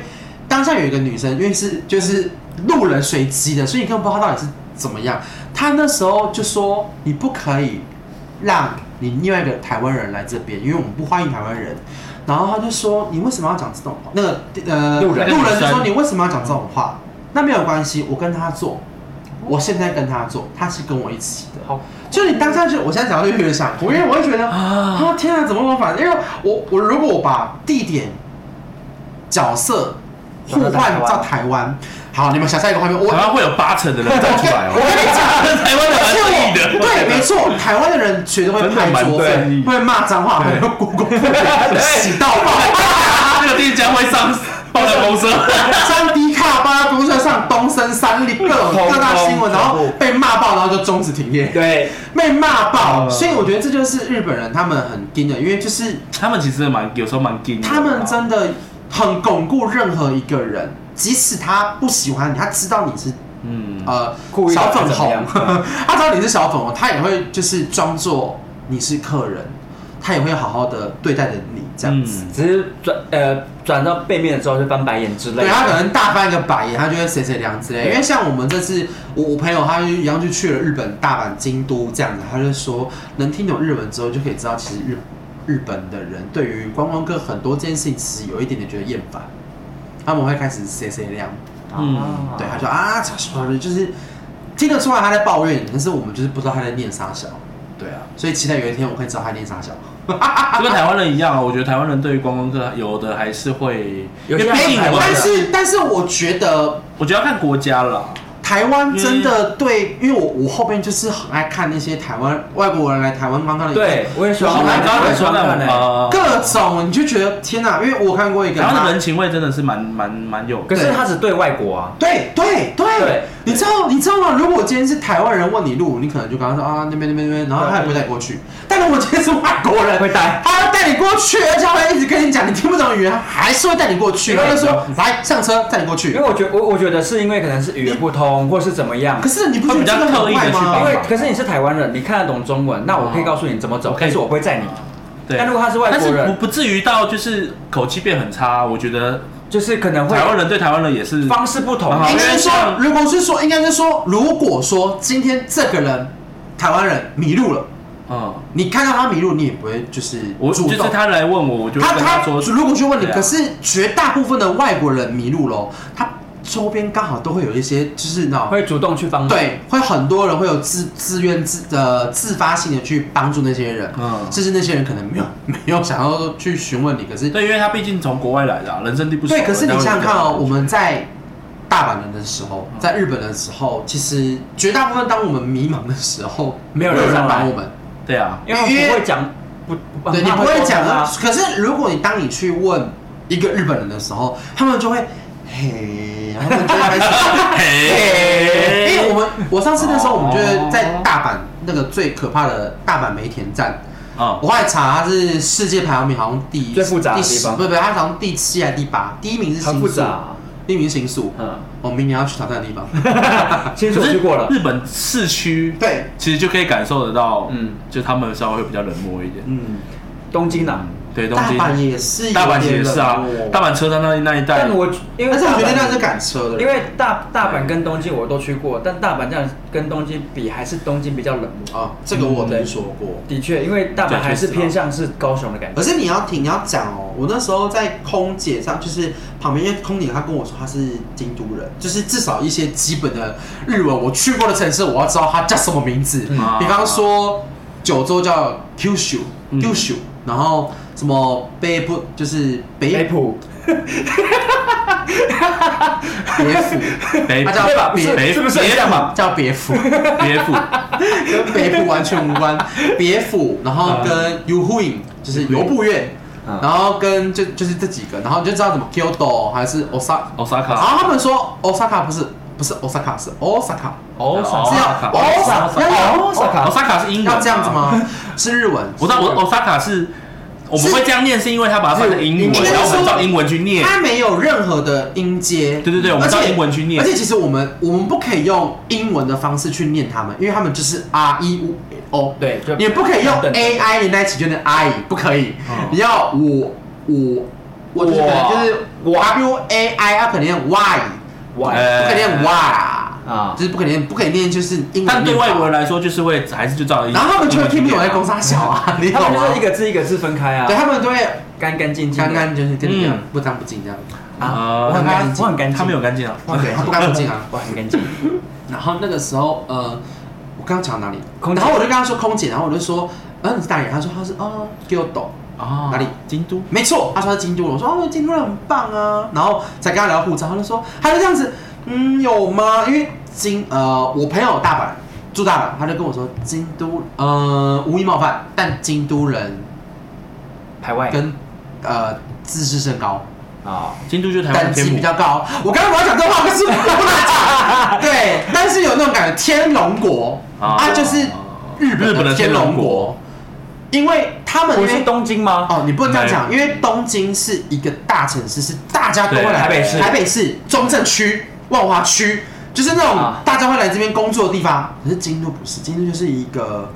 Speaker 1: 当下有一个女生，因为是就是路人随机的，所以你根本不知道她到底是怎么样。她那时候就说你不可以让你另外一个台湾人来这边，因为我们不欢迎台湾人。然后她就说你为什么要讲这种话？那个呃
Speaker 3: 路人
Speaker 1: 路人就说
Speaker 4: 那个女生
Speaker 1: 你为什么要讲这种话？那没有关系，我跟他做，我现在跟他做，他是跟我一起的。
Speaker 3: 好
Speaker 1: 就你当下就，我现在讲到就有点想哭，因为我会觉得啊
Speaker 4: 啊，
Speaker 1: 天啊，怎么那么烦？因为我我如果我把地点角色互
Speaker 3: 转到台
Speaker 1: 换
Speaker 3: 湾
Speaker 1: 到台湾，好，你们想象一个画面，我
Speaker 4: 台湾会有八成的人站出来哦，
Speaker 1: 我跟你讲
Speaker 4: *laughs* 台湾的蛮正义的，
Speaker 1: 对，没错，台湾的人绝对会
Speaker 4: 真的
Speaker 1: 拍
Speaker 4: 蛮
Speaker 1: 桌
Speaker 4: 正
Speaker 1: 子
Speaker 4: 义，
Speaker 1: 会骂脏话，会用 *laughs* Google 洗到 *laughs* 爆。
Speaker 4: *laughs* 那个店家会上报
Speaker 1: *laughs*
Speaker 4: 上公司，
Speaker 1: 上 D 卡巴拉公社上东升三立各种各大新闻，然后被骂爆，然后就终止停业，
Speaker 3: 对
Speaker 1: 被骂爆。
Speaker 4: 嗯
Speaker 1: 所以我觉得这就是日本人他们很盯的，因为就是
Speaker 4: 他们其实蛮有时候蛮劲的，
Speaker 1: 他们真的很巩固任何一个人，即使他不喜欢你，他知道你是
Speaker 4: 嗯
Speaker 1: 呃
Speaker 3: 故意的
Speaker 1: 小粉
Speaker 3: 还是怎么
Speaker 1: 红 *laughs*
Speaker 3: 样，嗯
Speaker 1: 他知道你是小粉红，他也会就是装作你是客人，他也会好好的对待着你这样子。
Speaker 3: 只是转呃转到背面的时候就翻白眼之类的，
Speaker 1: 对他可能大翻一个白眼，他就会谁谁凉之类的。因为像我们这次，我我朋友他就一样就去了日本大阪、京都这样子，他就说能听懂日文之后，就可以知道其实日日本的人对于观光客很多这件事情，其实有一点点觉得厌烦，他们会开始谁谁凉。
Speaker 4: 嗯
Speaker 1: 对，他说啊，就是听得出来他在抱怨，但是我们就是不知道他在念啥小，
Speaker 4: 对啊，
Speaker 1: 所以期待有一天我可以知道他在念啥小。
Speaker 4: *laughs* 就跟台湾人一样啊，我觉得台湾人对于观光客有的还是会，
Speaker 3: 有
Speaker 4: 因
Speaker 3: 些
Speaker 4: 为
Speaker 3: 人
Speaker 4: 毕竟
Speaker 3: 还
Speaker 4: 我
Speaker 1: 但
Speaker 3: 玩
Speaker 4: 们
Speaker 3: 的
Speaker 1: 是，但是我觉得
Speaker 4: 我觉得要看国家啦。
Speaker 1: 台湾真的对，因为我我后边就是很爱看那些台湾外国人来台湾观光的影片，
Speaker 3: 对，我也喜欢
Speaker 1: 我
Speaker 3: 看，
Speaker 1: 们刚
Speaker 3: 我
Speaker 1: 才
Speaker 3: 也喜欢看呢。
Speaker 4: 呃，
Speaker 1: 各种你就觉得天哪、因为我看过一个，
Speaker 4: 台湾
Speaker 1: 他
Speaker 4: 的人情味真的是蛮蛮蛮有，
Speaker 3: 可是他只对外国啊，
Speaker 1: 对对对
Speaker 3: 对，
Speaker 1: 你知道你知道吗？如果今天是台湾人问你路，你可能就跟他说啊那边那边那边，然后他也不会带过去。但如果今天是外国人，
Speaker 3: 会带
Speaker 1: 他要带你过去，而且他会一直跟你讲你听不懂语言，还是会带你过去。
Speaker 3: 对
Speaker 1: 他就说来上车带你过
Speaker 3: 因
Speaker 1: 去
Speaker 3: 为。我觉我我觉得是因为可能是语言不通，或是怎么样
Speaker 1: 可。是你不觉得
Speaker 4: 会比
Speaker 1: 这
Speaker 4: 较
Speaker 1: 个
Speaker 4: 刻
Speaker 1: 很
Speaker 4: 意地
Speaker 1: 坏
Speaker 4: 去
Speaker 1: 吗
Speaker 4: 帮
Speaker 3: 因？为
Speaker 4: 忙
Speaker 3: 可是你是台湾人，你看得懂中文，
Speaker 1: 哦
Speaker 3: 那我可以告诉你怎么走，但是我不会载你。
Speaker 4: 对，
Speaker 3: 但如果他是外国
Speaker 4: 但
Speaker 3: 人
Speaker 4: 是不不至于到就是口气变很差。我觉得
Speaker 3: 就是可能会
Speaker 4: 台湾人对台湾人也是
Speaker 3: 方式不同，
Speaker 4: 好
Speaker 1: 应
Speaker 3: 因
Speaker 1: 该是
Speaker 3: 为
Speaker 1: 说
Speaker 4: 因为，像
Speaker 1: 如果是说，应该是说，如果说今天这个人台湾人迷路了，
Speaker 4: 嗯，
Speaker 1: 你看到他迷路，你也不会就是
Speaker 4: 我
Speaker 1: 主
Speaker 4: 就是
Speaker 1: 动。
Speaker 4: 他来问我，我就会
Speaker 1: 他
Speaker 4: 跟他
Speaker 1: 他
Speaker 4: 说，
Speaker 1: 如果去问你，
Speaker 4: 对啊
Speaker 1: 可是绝大部分的外国人迷路喽，他周边刚好都会有一些就是那种
Speaker 3: 会主动去帮忙。
Speaker 1: 对，会很多人会有自自愿自呃自发性的去帮助那些人，
Speaker 4: 嗯
Speaker 1: 甚至那些人可能没有没有想要说去询问你，可是
Speaker 4: 对，因为他毕竟从国外来的、啊，人生地不熟。
Speaker 1: 对，可是你
Speaker 4: 当
Speaker 1: 想
Speaker 4: 然
Speaker 1: 想
Speaker 4: 会
Speaker 1: 看哦，
Speaker 4: 这样
Speaker 1: 我们在大阪人的时
Speaker 3: 嗯
Speaker 1: 候，在日本的时候，其实绝大部分当我们迷茫的时候，
Speaker 3: 没有
Speaker 1: 人
Speaker 3: 人上来
Speaker 1: 帮我们，
Speaker 4: 对啊，
Speaker 3: 因为我不会讲，不，
Speaker 1: 对你不会讲啊
Speaker 3: 啊。。
Speaker 1: 可是如果你当你去问一个日本人的时候，他们就会嘿，然后他们就会开始
Speaker 3: *laughs*
Speaker 1: 嘿，因为
Speaker 4: 嗯
Speaker 1: 我们我上次那时候我们
Speaker 3: 哦
Speaker 1: 就是在大阪那个最可怕的大阪梅田站。
Speaker 4: 嗯，
Speaker 1: 我后来查，它是世界排行榜好像第
Speaker 3: 哦最复杂的
Speaker 1: 第
Speaker 3: 地
Speaker 1: 十，
Speaker 3: 方
Speaker 1: 不不，它好像第七还是第八，第一名是
Speaker 3: 很
Speaker 1: 新
Speaker 3: 复
Speaker 1: 宿，
Speaker 3: 杂啊，
Speaker 1: 第一名是新宿，
Speaker 3: 嗯，
Speaker 1: 我哦明年要去挑战的 *laughs* 地方。
Speaker 3: *laughs* 先
Speaker 4: 可
Speaker 3: 说
Speaker 4: 是
Speaker 3: 嗯去过了，
Speaker 4: 日本市区，
Speaker 1: 对，
Speaker 4: 其实就可以感受得到，嗯
Speaker 3: 嗯，
Speaker 4: 就他们稍微会比较冷漠一点。
Speaker 1: 嗯，
Speaker 3: 东京啊。
Speaker 4: 嗯对，东
Speaker 1: 大
Speaker 4: 京、
Speaker 1: 阪也是，
Speaker 4: 大阪其实也是啊，大
Speaker 1: 阪，
Speaker 4: 阪车站那那一带
Speaker 3: 但，我因为
Speaker 1: 哦但是我
Speaker 3: 大
Speaker 1: 觉得
Speaker 3: 阪
Speaker 1: 那是赶车的，
Speaker 3: 因为大大阪跟东京我都去过，但大阪这样跟东京比，还是东京比较冷漠。
Speaker 1: 啊，这个我听说过。
Speaker 3: 的确，因为大阪还是偏向是高雄的感觉。
Speaker 1: 可是你要听，你要讲哦。我那时候在空姐上，就是旁边，因为空姐她跟我说她是京都人，就是至少一些基本的日文，我去过的城市我要知道它叫什么名字。啊
Speaker 4: 嗯
Speaker 1: 比方说九州叫 Kyushu，Kyushu，、
Speaker 4: 嗯
Speaker 1: 然后什么北部就是北
Speaker 3: 北浦
Speaker 1: 别府， *laughs*
Speaker 4: 北
Speaker 1: 它叫
Speaker 3: 对吧？不
Speaker 1: 别
Speaker 3: 是
Speaker 4: 别
Speaker 3: 是不是很像嘛？
Speaker 1: 叫别府。
Speaker 4: 别府，
Speaker 1: 跟北部完全无关，别府，然后跟 y u h u i n 就是游步院，
Speaker 3: 嗯
Speaker 1: 然后跟就就是这几个，然后你就知道怎么 Kyoto 还是 Osaka，然后
Speaker 4: Osaka，
Speaker 1: 啊他们说 Osaka 不是不是 Osaka 是 Osaka，
Speaker 3: 哦，啊
Speaker 1: 是啊哦要
Speaker 4: Osaka
Speaker 1: Osaka 要
Speaker 3: 萨卡
Speaker 4: Osaka 是英文，啊
Speaker 1: 要这样子？吗？是日文，
Speaker 4: 我知道我 Osaka 是，我们会这样念是因为它把它翻成英
Speaker 1: 是
Speaker 4: 文，然后我们照英文去念。
Speaker 1: 它没有任何的音阶，
Speaker 4: 对对对我们
Speaker 1: 而且
Speaker 4: 照英文去念
Speaker 1: 而且其实我们我们不可以用英文的方式去念他们，因为他们就是 R E U O，
Speaker 3: 对就
Speaker 1: 也不可以用
Speaker 3: 等
Speaker 1: A I 连在一起就念 I，不可以
Speaker 4: 嗯，
Speaker 1: 你要我我我就是可能就是
Speaker 3: 我
Speaker 1: W A I，它可能念 Y，
Speaker 3: 哇
Speaker 4: 呃
Speaker 1: 不可以念 Y，
Speaker 3: 啊
Speaker 1: 就是不可以念不可以念就是英文念法，
Speaker 4: 但对外国人来说，就是会还是就照英文。
Speaker 1: 然后他们就会听不懂在
Speaker 4: 公
Speaker 1: 公
Speaker 4: 司。
Speaker 1: 差小啊，你
Speaker 3: 他
Speaker 1: 懂
Speaker 3: 们
Speaker 1: 吗
Speaker 3: 就是一？个嗯字一个字分开啊
Speaker 1: 对，他们都会
Speaker 3: 干干净净的。
Speaker 1: 干呃干就是跟你一样
Speaker 4: 嗯
Speaker 1: 不脏不净这样，
Speaker 3: 啊，我
Speaker 4: 他
Speaker 3: 很
Speaker 4: 们
Speaker 3: 干净，我很干净，
Speaker 4: 他没有干净啊。
Speaker 3: 我很干净，
Speaker 1: 不干不净啊。
Speaker 3: 我很干净。
Speaker 1: 然后那个时候，呃，我刚刚讲到哪里？
Speaker 3: 空姐
Speaker 1: 然后我就跟他说空姐，然后我就说，嗯、你是哪里人？他说他是哦，给我懂。
Speaker 4: 啊
Speaker 1: 哪里？
Speaker 4: 京都。
Speaker 1: 没错，他说他是京都人，我说哦，京都人很棒啊。然后才跟他聊护照，他就说，他就这样子，嗯，有吗？因为京呃，我朋友大阪住大阪，他就跟我说京都，呃，无意冒犯，但京都人
Speaker 3: 排外
Speaker 1: 跟呃自视甚高。 *laughs*
Speaker 3: 啊，
Speaker 4: 京都就是台湾
Speaker 1: 等
Speaker 4: 的
Speaker 1: 级
Speaker 4: 天
Speaker 1: 比
Speaker 4: 母。
Speaker 1: 较高。我刚刚我要讲这话，可是我不能讲。对，但是有那种感觉，天龙国
Speaker 4: 啊
Speaker 1: 啊，就是日
Speaker 4: 日
Speaker 1: 本
Speaker 4: 本
Speaker 1: 的
Speaker 4: 的
Speaker 1: 天
Speaker 4: 天
Speaker 1: 龙
Speaker 4: 龙
Speaker 1: 国
Speaker 4: 国，
Speaker 1: 因为他们
Speaker 3: 不
Speaker 1: 因
Speaker 3: 是
Speaker 1: 为
Speaker 3: 东京吗？
Speaker 1: 哦，你不能这样讲，
Speaker 4: 没
Speaker 1: 因为东京是一个大城市，是大家都会
Speaker 4: 对
Speaker 1: 来
Speaker 3: 台北市
Speaker 1: 台北市中正区、万华区，就是那种
Speaker 3: 啊
Speaker 1: 大家会来这边工作的地方。可是京都不是，京都就是一个。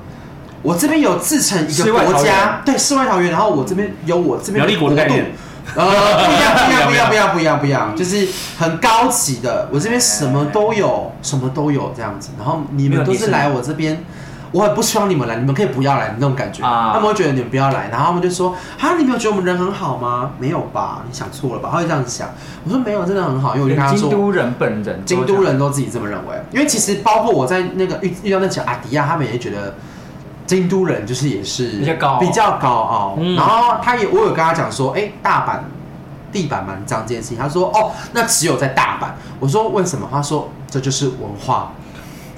Speaker 1: 我这边有自成一
Speaker 3: 世
Speaker 1: 个
Speaker 3: 外
Speaker 1: 国
Speaker 3: 桃
Speaker 1: 家
Speaker 3: 源，
Speaker 1: 对世外桃源，然后我这边有我这边
Speaker 4: 苗栗国的概念
Speaker 1: 国度，呃，不一样，不一样，不
Speaker 4: 不
Speaker 1: 一
Speaker 4: 一
Speaker 1: 样，
Speaker 4: 样
Speaker 1: 不一样，不一样，不一样，就是很高级的。我这边什么都有，什么都有这样子。然后你
Speaker 3: 没
Speaker 1: 们
Speaker 3: 有
Speaker 1: 都
Speaker 3: 迪士
Speaker 1: 是
Speaker 3: 尼
Speaker 1: 来我这边，我很不希望你们来，你们可以不要来那种感觉。
Speaker 3: 啊
Speaker 1: 他们会觉得你们不要来，然后他们就说啊，你没有觉得我们人很好吗？没有吧？你想错了吧？他会这样子想。我说没有，真的很好，因为我就跟他
Speaker 3: 京
Speaker 1: 说，
Speaker 3: 都人本人，
Speaker 1: 京都人都自己这么认为，因为其实包括我在那个遇遇到那几个阿迪亚，他们也觉得京都人就是也是
Speaker 3: 比较高傲
Speaker 1: 比较高傲。
Speaker 4: 嗯
Speaker 1: 然后他也我有跟他讲说，哎、大阪地板蛮脏这件事情，他说哦，那只有在大阪。我说为什么？他说这就是文化，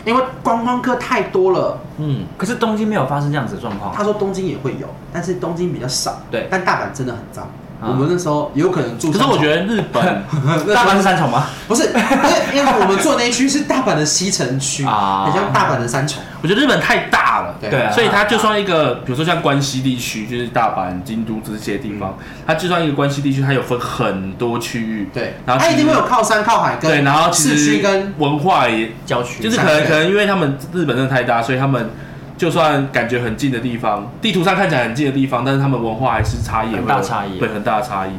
Speaker 1: 因为观光客太多了。
Speaker 4: 嗯，
Speaker 3: 可是东京没有发生这样子的状况。
Speaker 1: 他说东京也会有，但是东京比较少。
Speaker 3: 对
Speaker 1: 但大阪真的很脏。
Speaker 3: 啊
Speaker 1: 我们那时候有可能住
Speaker 4: 可
Speaker 1: 三重，
Speaker 4: 是我觉得日
Speaker 1: *laughs*
Speaker 4: 本
Speaker 1: 那
Speaker 3: *laughs* 大阪是三重吗？
Speaker 1: 不是，不是因为我们住的那一区是大阪的西城区，
Speaker 3: 啊
Speaker 1: 很像大阪的三重。
Speaker 4: 我觉得日本太大了，
Speaker 1: 对
Speaker 3: 对啊，
Speaker 4: 所以它就算一个，比如说像关西地区，就是大阪、京都这些地
Speaker 1: 嗯
Speaker 4: 方，它就算一个关西地区，它有分很多区域，
Speaker 1: 对，
Speaker 4: 然后
Speaker 1: 它
Speaker 4: 其
Speaker 1: 一
Speaker 4: 实
Speaker 1: 定会有靠山、靠海跟
Speaker 4: 对，然后其
Speaker 1: 市区
Speaker 4: 实
Speaker 1: 跟
Speaker 4: 文化也，
Speaker 3: 郊区
Speaker 4: 就是可
Speaker 1: 山
Speaker 4: 能
Speaker 1: 区
Speaker 4: 可能因为他们日本真的太大，所以他们就算感觉很近的地方，地图上看起来很近的地方，但是他们文化还是差异
Speaker 3: 很
Speaker 4: 会
Speaker 3: 大
Speaker 4: 有
Speaker 3: 差
Speaker 1: 啊
Speaker 3: 异
Speaker 4: 对，很大的差异，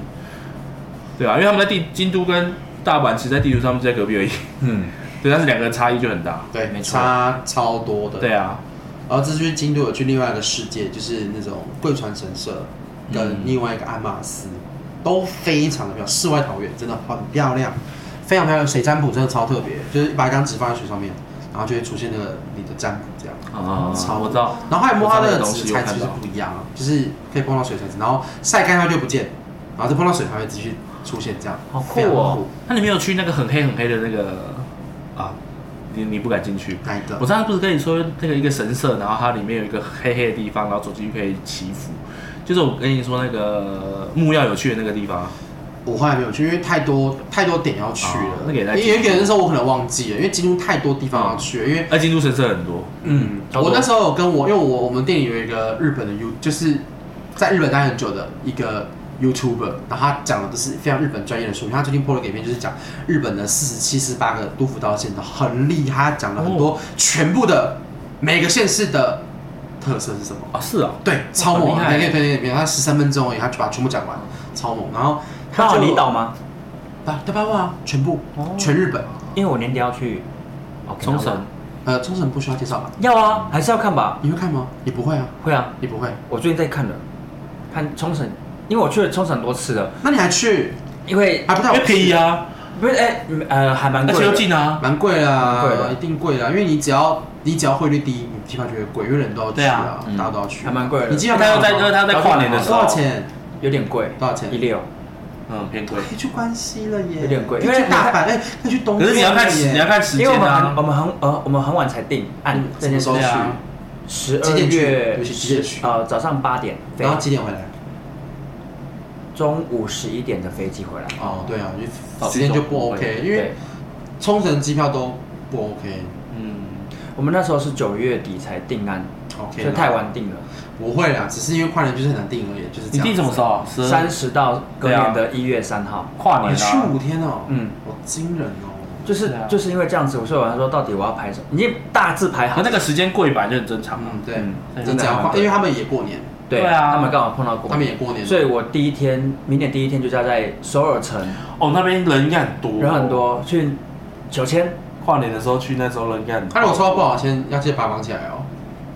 Speaker 4: 对啊，因为他们在地京都跟大阪，其实在地图上面就在隔壁而已，
Speaker 3: 嗯，
Speaker 4: 对，但是两个差异就很大，
Speaker 1: 对，
Speaker 3: 没错
Speaker 1: 差超多的。，
Speaker 4: 对啊，
Speaker 1: 然后这就是京都有去另外一个世界，就是那种贵船神社
Speaker 4: 嗯
Speaker 1: 跟另外一个鞍马寺，都非常的漂亮，世外桃源真的很漂亮，非常漂亮。水占卜真的超特别，就是把一张纸放在水上面，然后就会出现那个你的占卜这样。
Speaker 4: 啊
Speaker 1: 超
Speaker 4: 我知道，
Speaker 1: 然后还有摸它
Speaker 4: 我知道
Speaker 1: 的
Speaker 4: 那个东
Speaker 1: 纸
Speaker 4: 西
Speaker 1: 材
Speaker 4: 我
Speaker 1: 质
Speaker 4: 看
Speaker 1: 就是
Speaker 4: 到
Speaker 1: 不一样啊，就是可以碰到水材质，然后晒干它就不见，然后再碰到水它会继续出现这样，
Speaker 3: 好酷
Speaker 1: 非常
Speaker 3: 哦
Speaker 1: 酷！
Speaker 4: 那你没有去那个很黑很黑的那个啊？你你不敢进去？
Speaker 1: 哪一个
Speaker 4: 我上次不是跟你说那个一个神社，然后它里面有一个黑黑的地方，然后走进去可以祈福。就是我跟你说那个木曜有去的那个地方，
Speaker 1: 我后来没有去，因为太多太多点要去了。
Speaker 4: 哦那个也在嗯
Speaker 1: 因为有
Speaker 4: 京都
Speaker 1: 点那时候我可能忘记了，因为京都太多地方要去了。因为
Speaker 4: 而哎京都神社很多，
Speaker 1: 嗯，
Speaker 3: 差不
Speaker 1: 我
Speaker 3: 多
Speaker 1: 那时候有跟我，因为我我们店里有一个日本的 You，就是在日本待很久的一个 YouTuber，然后他讲的都是非常日本专业的书。他最近播了个影片，就是讲日本的四十七、四十八个都府道县的很厉害，他讲了很多、全部的每个县市的特色是什哦么。
Speaker 4: 啊，是啊，
Speaker 1: 对，超猛！
Speaker 4: 很厉
Speaker 1: 那
Speaker 4: 害
Speaker 1: 个推荐影片，他十三分钟而已，他就把它全部讲完，超猛。然后他
Speaker 3: 刚好
Speaker 1: 就
Speaker 3: 离岛吗？
Speaker 1: 啊，对八万啊，全部，
Speaker 3: 哦
Speaker 1: 全日本。
Speaker 3: 因为我年底要去
Speaker 4: 冲绳，
Speaker 1: 呃，冲绳不需要介绍吧？
Speaker 3: 要啊，还是要看吧？
Speaker 1: 你会看吗？你不会啊，
Speaker 3: 会啊，
Speaker 1: 你不会。
Speaker 3: 我最近在看了，看冲绳，因为我去了冲绳很多次了，
Speaker 1: 那你还去？
Speaker 3: 因为
Speaker 1: 还不
Speaker 4: 因
Speaker 1: 到
Speaker 4: 为便宜啊，
Speaker 3: 不是哎嗯呃还蛮
Speaker 4: 而
Speaker 3: 贵
Speaker 4: 且
Speaker 3: 的，
Speaker 4: 又近啊，
Speaker 1: 蛮贵啦，
Speaker 3: 蛮贵的
Speaker 1: 一定贵啦，因为你只要你只要汇率低，你机票就会贵，因为人都要去
Speaker 4: 对啊
Speaker 1: 大家都要去，
Speaker 3: 还蛮贵的
Speaker 1: 你机票
Speaker 4: 因为它又在，因哦为
Speaker 1: 多
Speaker 4: 它在跨年的时
Speaker 1: 少
Speaker 4: 候，
Speaker 1: 钱？
Speaker 3: 有点贵，
Speaker 1: 多少钱
Speaker 3: 一六，
Speaker 4: 嗯，偏贵。
Speaker 1: 可以去关西了耶，
Speaker 3: 有点贵
Speaker 1: 可以
Speaker 3: 因为
Speaker 1: 去
Speaker 3: 你
Speaker 1: 大阪，
Speaker 3: 看
Speaker 1: 哎，可以去东
Speaker 4: 可
Speaker 1: 京了
Speaker 4: 是
Speaker 1: 耶。
Speaker 4: 你要看时，你要看时
Speaker 3: 因为我
Speaker 4: 间
Speaker 3: 们很
Speaker 4: 啊
Speaker 3: 我。们很呃我们很晚才定案
Speaker 1: 嗯
Speaker 3: 这件
Speaker 1: 什
Speaker 3: 事
Speaker 1: 么
Speaker 4: 对
Speaker 1: 时候
Speaker 3: 情，
Speaker 4: 啊，
Speaker 3: 十
Speaker 1: 几
Speaker 3: 二
Speaker 1: 点去
Speaker 3: 月
Speaker 1: 尤其几点去
Speaker 3: 呃早上八点飞
Speaker 1: 然，后几点回来？
Speaker 3: 中午十一点的飞机回来，
Speaker 1: 哦，对啊，
Speaker 4: 早
Speaker 1: 就时
Speaker 4: 去
Speaker 1: 间就
Speaker 4: 中
Speaker 1: 不
Speaker 4: 国
Speaker 1: OK，因为
Speaker 3: 对，
Speaker 1: 冲绳机票都不 OK。
Speaker 4: 嗯，
Speaker 3: 我们那时候是九月底才定案，所
Speaker 1: OK，
Speaker 3: 以
Speaker 1: 啦
Speaker 3: 太晚定了，
Speaker 1: 不会啦，只是因为跨年就是很难定而已，就是这
Speaker 4: 你
Speaker 1: 样。
Speaker 4: 定什么时候啊？十
Speaker 3: 三十到隔
Speaker 4: 对啊
Speaker 3: 年的一月三号。
Speaker 4: 跨年
Speaker 1: 你去
Speaker 4: 啊
Speaker 1: 五？天哦，
Speaker 3: 嗯，
Speaker 1: 好惊人哦。
Speaker 3: 就是
Speaker 4: 对啊
Speaker 3: 就是因为这样子，所以我还说到底我要拍什么，你也大致排好
Speaker 4: 可那个时间贵版就很正常啊。
Speaker 1: 嗯，对，
Speaker 3: 嗯
Speaker 4: 真
Speaker 1: 你
Speaker 4: 的
Speaker 1: 只要跨，
Speaker 4: 蛮
Speaker 1: 因为他们也过年，
Speaker 3: 对
Speaker 4: 对啊
Speaker 3: 他们刚好碰到过，
Speaker 1: 他们也过年，
Speaker 3: 所以我第一天明年第一天就要在首尔城，
Speaker 4: 哦，那边人应该很多，
Speaker 3: 人很。多，去九千，
Speaker 4: 跨年的时候去，那时候人应该很多。
Speaker 1: 他如果抽到不好，先要记得把它绑起来哦。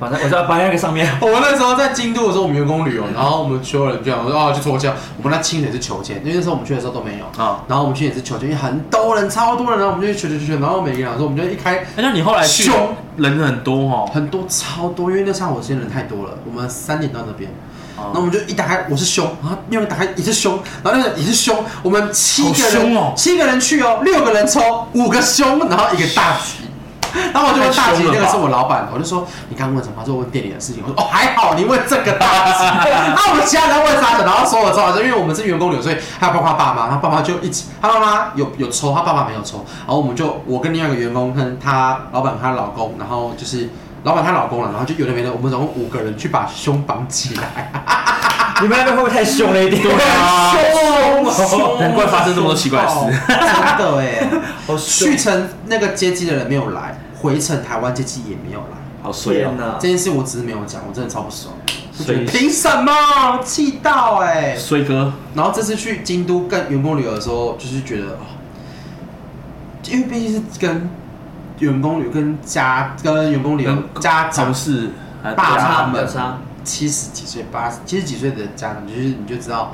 Speaker 3: 反正我就要搬在那个上面，
Speaker 1: 我们那时候在京都的时候，我们员工旅游，然后我们所有人就讲说哦去搓枪，我们那清水是求签，因为那时候我们去的时候都没有。
Speaker 4: 啊，
Speaker 1: 然后我们去也是求签，因为很多人，超多人，然后我们就去求求求，然后每个人说，我们就一开
Speaker 4: 哎那你后来去
Speaker 1: 凶
Speaker 4: 人很多哦，
Speaker 1: 很多超多，因为那上午时间人太多了，我们三点到那边，
Speaker 4: 哦
Speaker 1: 然后我们就一打开我是凶，啊然后另外一个打开也是凶，然后那个也是凶，我们七个
Speaker 4: 好
Speaker 1: 人
Speaker 4: 凶哦
Speaker 1: 七个人去哦，六个人抽，五个凶，然后一个大吉。然后我就问大
Speaker 4: 太
Speaker 1: 吉，
Speaker 4: 凶了
Speaker 1: 那
Speaker 4: 吧
Speaker 1: 个是我老板，我就说你刚刚问什么？他说问店里的事情。我说哦还好，你问这个大吉，
Speaker 4: *laughs*
Speaker 1: 那我们其他人问啥的？然后说我知道，就因为我们是员工旅游，所以还有包括他哦爸妈，他爸妈就一起，他妈妈有有抽，他爸爸没有抽。然后我们就我跟另外一个员工跟他老板跟他老公，然后就是老板他老公了，然后就有的没的，我们总共五个人去把胸绑起来。
Speaker 3: 你们那边会不会太凶了一点？
Speaker 1: 啊凶
Speaker 4: 难怪发生这么多奇怪的事
Speaker 1: 真的
Speaker 4: *laughs*
Speaker 1: 哎，
Speaker 3: 好凶
Speaker 1: 去程那个接机的人没有来，回程台湾接机也没有来。
Speaker 4: 好衰
Speaker 3: 天
Speaker 4: 哦，
Speaker 3: 哪
Speaker 1: 这！件事我只是没有讲，我真的超不
Speaker 4: *laughs*
Speaker 1: 爽。我觉
Speaker 4: 所
Speaker 1: 得
Speaker 4: 以
Speaker 1: 凭什么？气到哎、
Speaker 4: 衰哥，
Speaker 1: 然后这次去京都跟员工旅游的时候，就是觉得哦，因为毕竟是跟员工旅跟家跟员工旅游
Speaker 4: 跟
Speaker 1: 家长
Speaker 4: 同事还
Speaker 1: 爸
Speaker 4: 对啊
Speaker 1: 他们
Speaker 3: 有差，
Speaker 1: 七十几岁、八十七十几岁的家长，就是你就知道，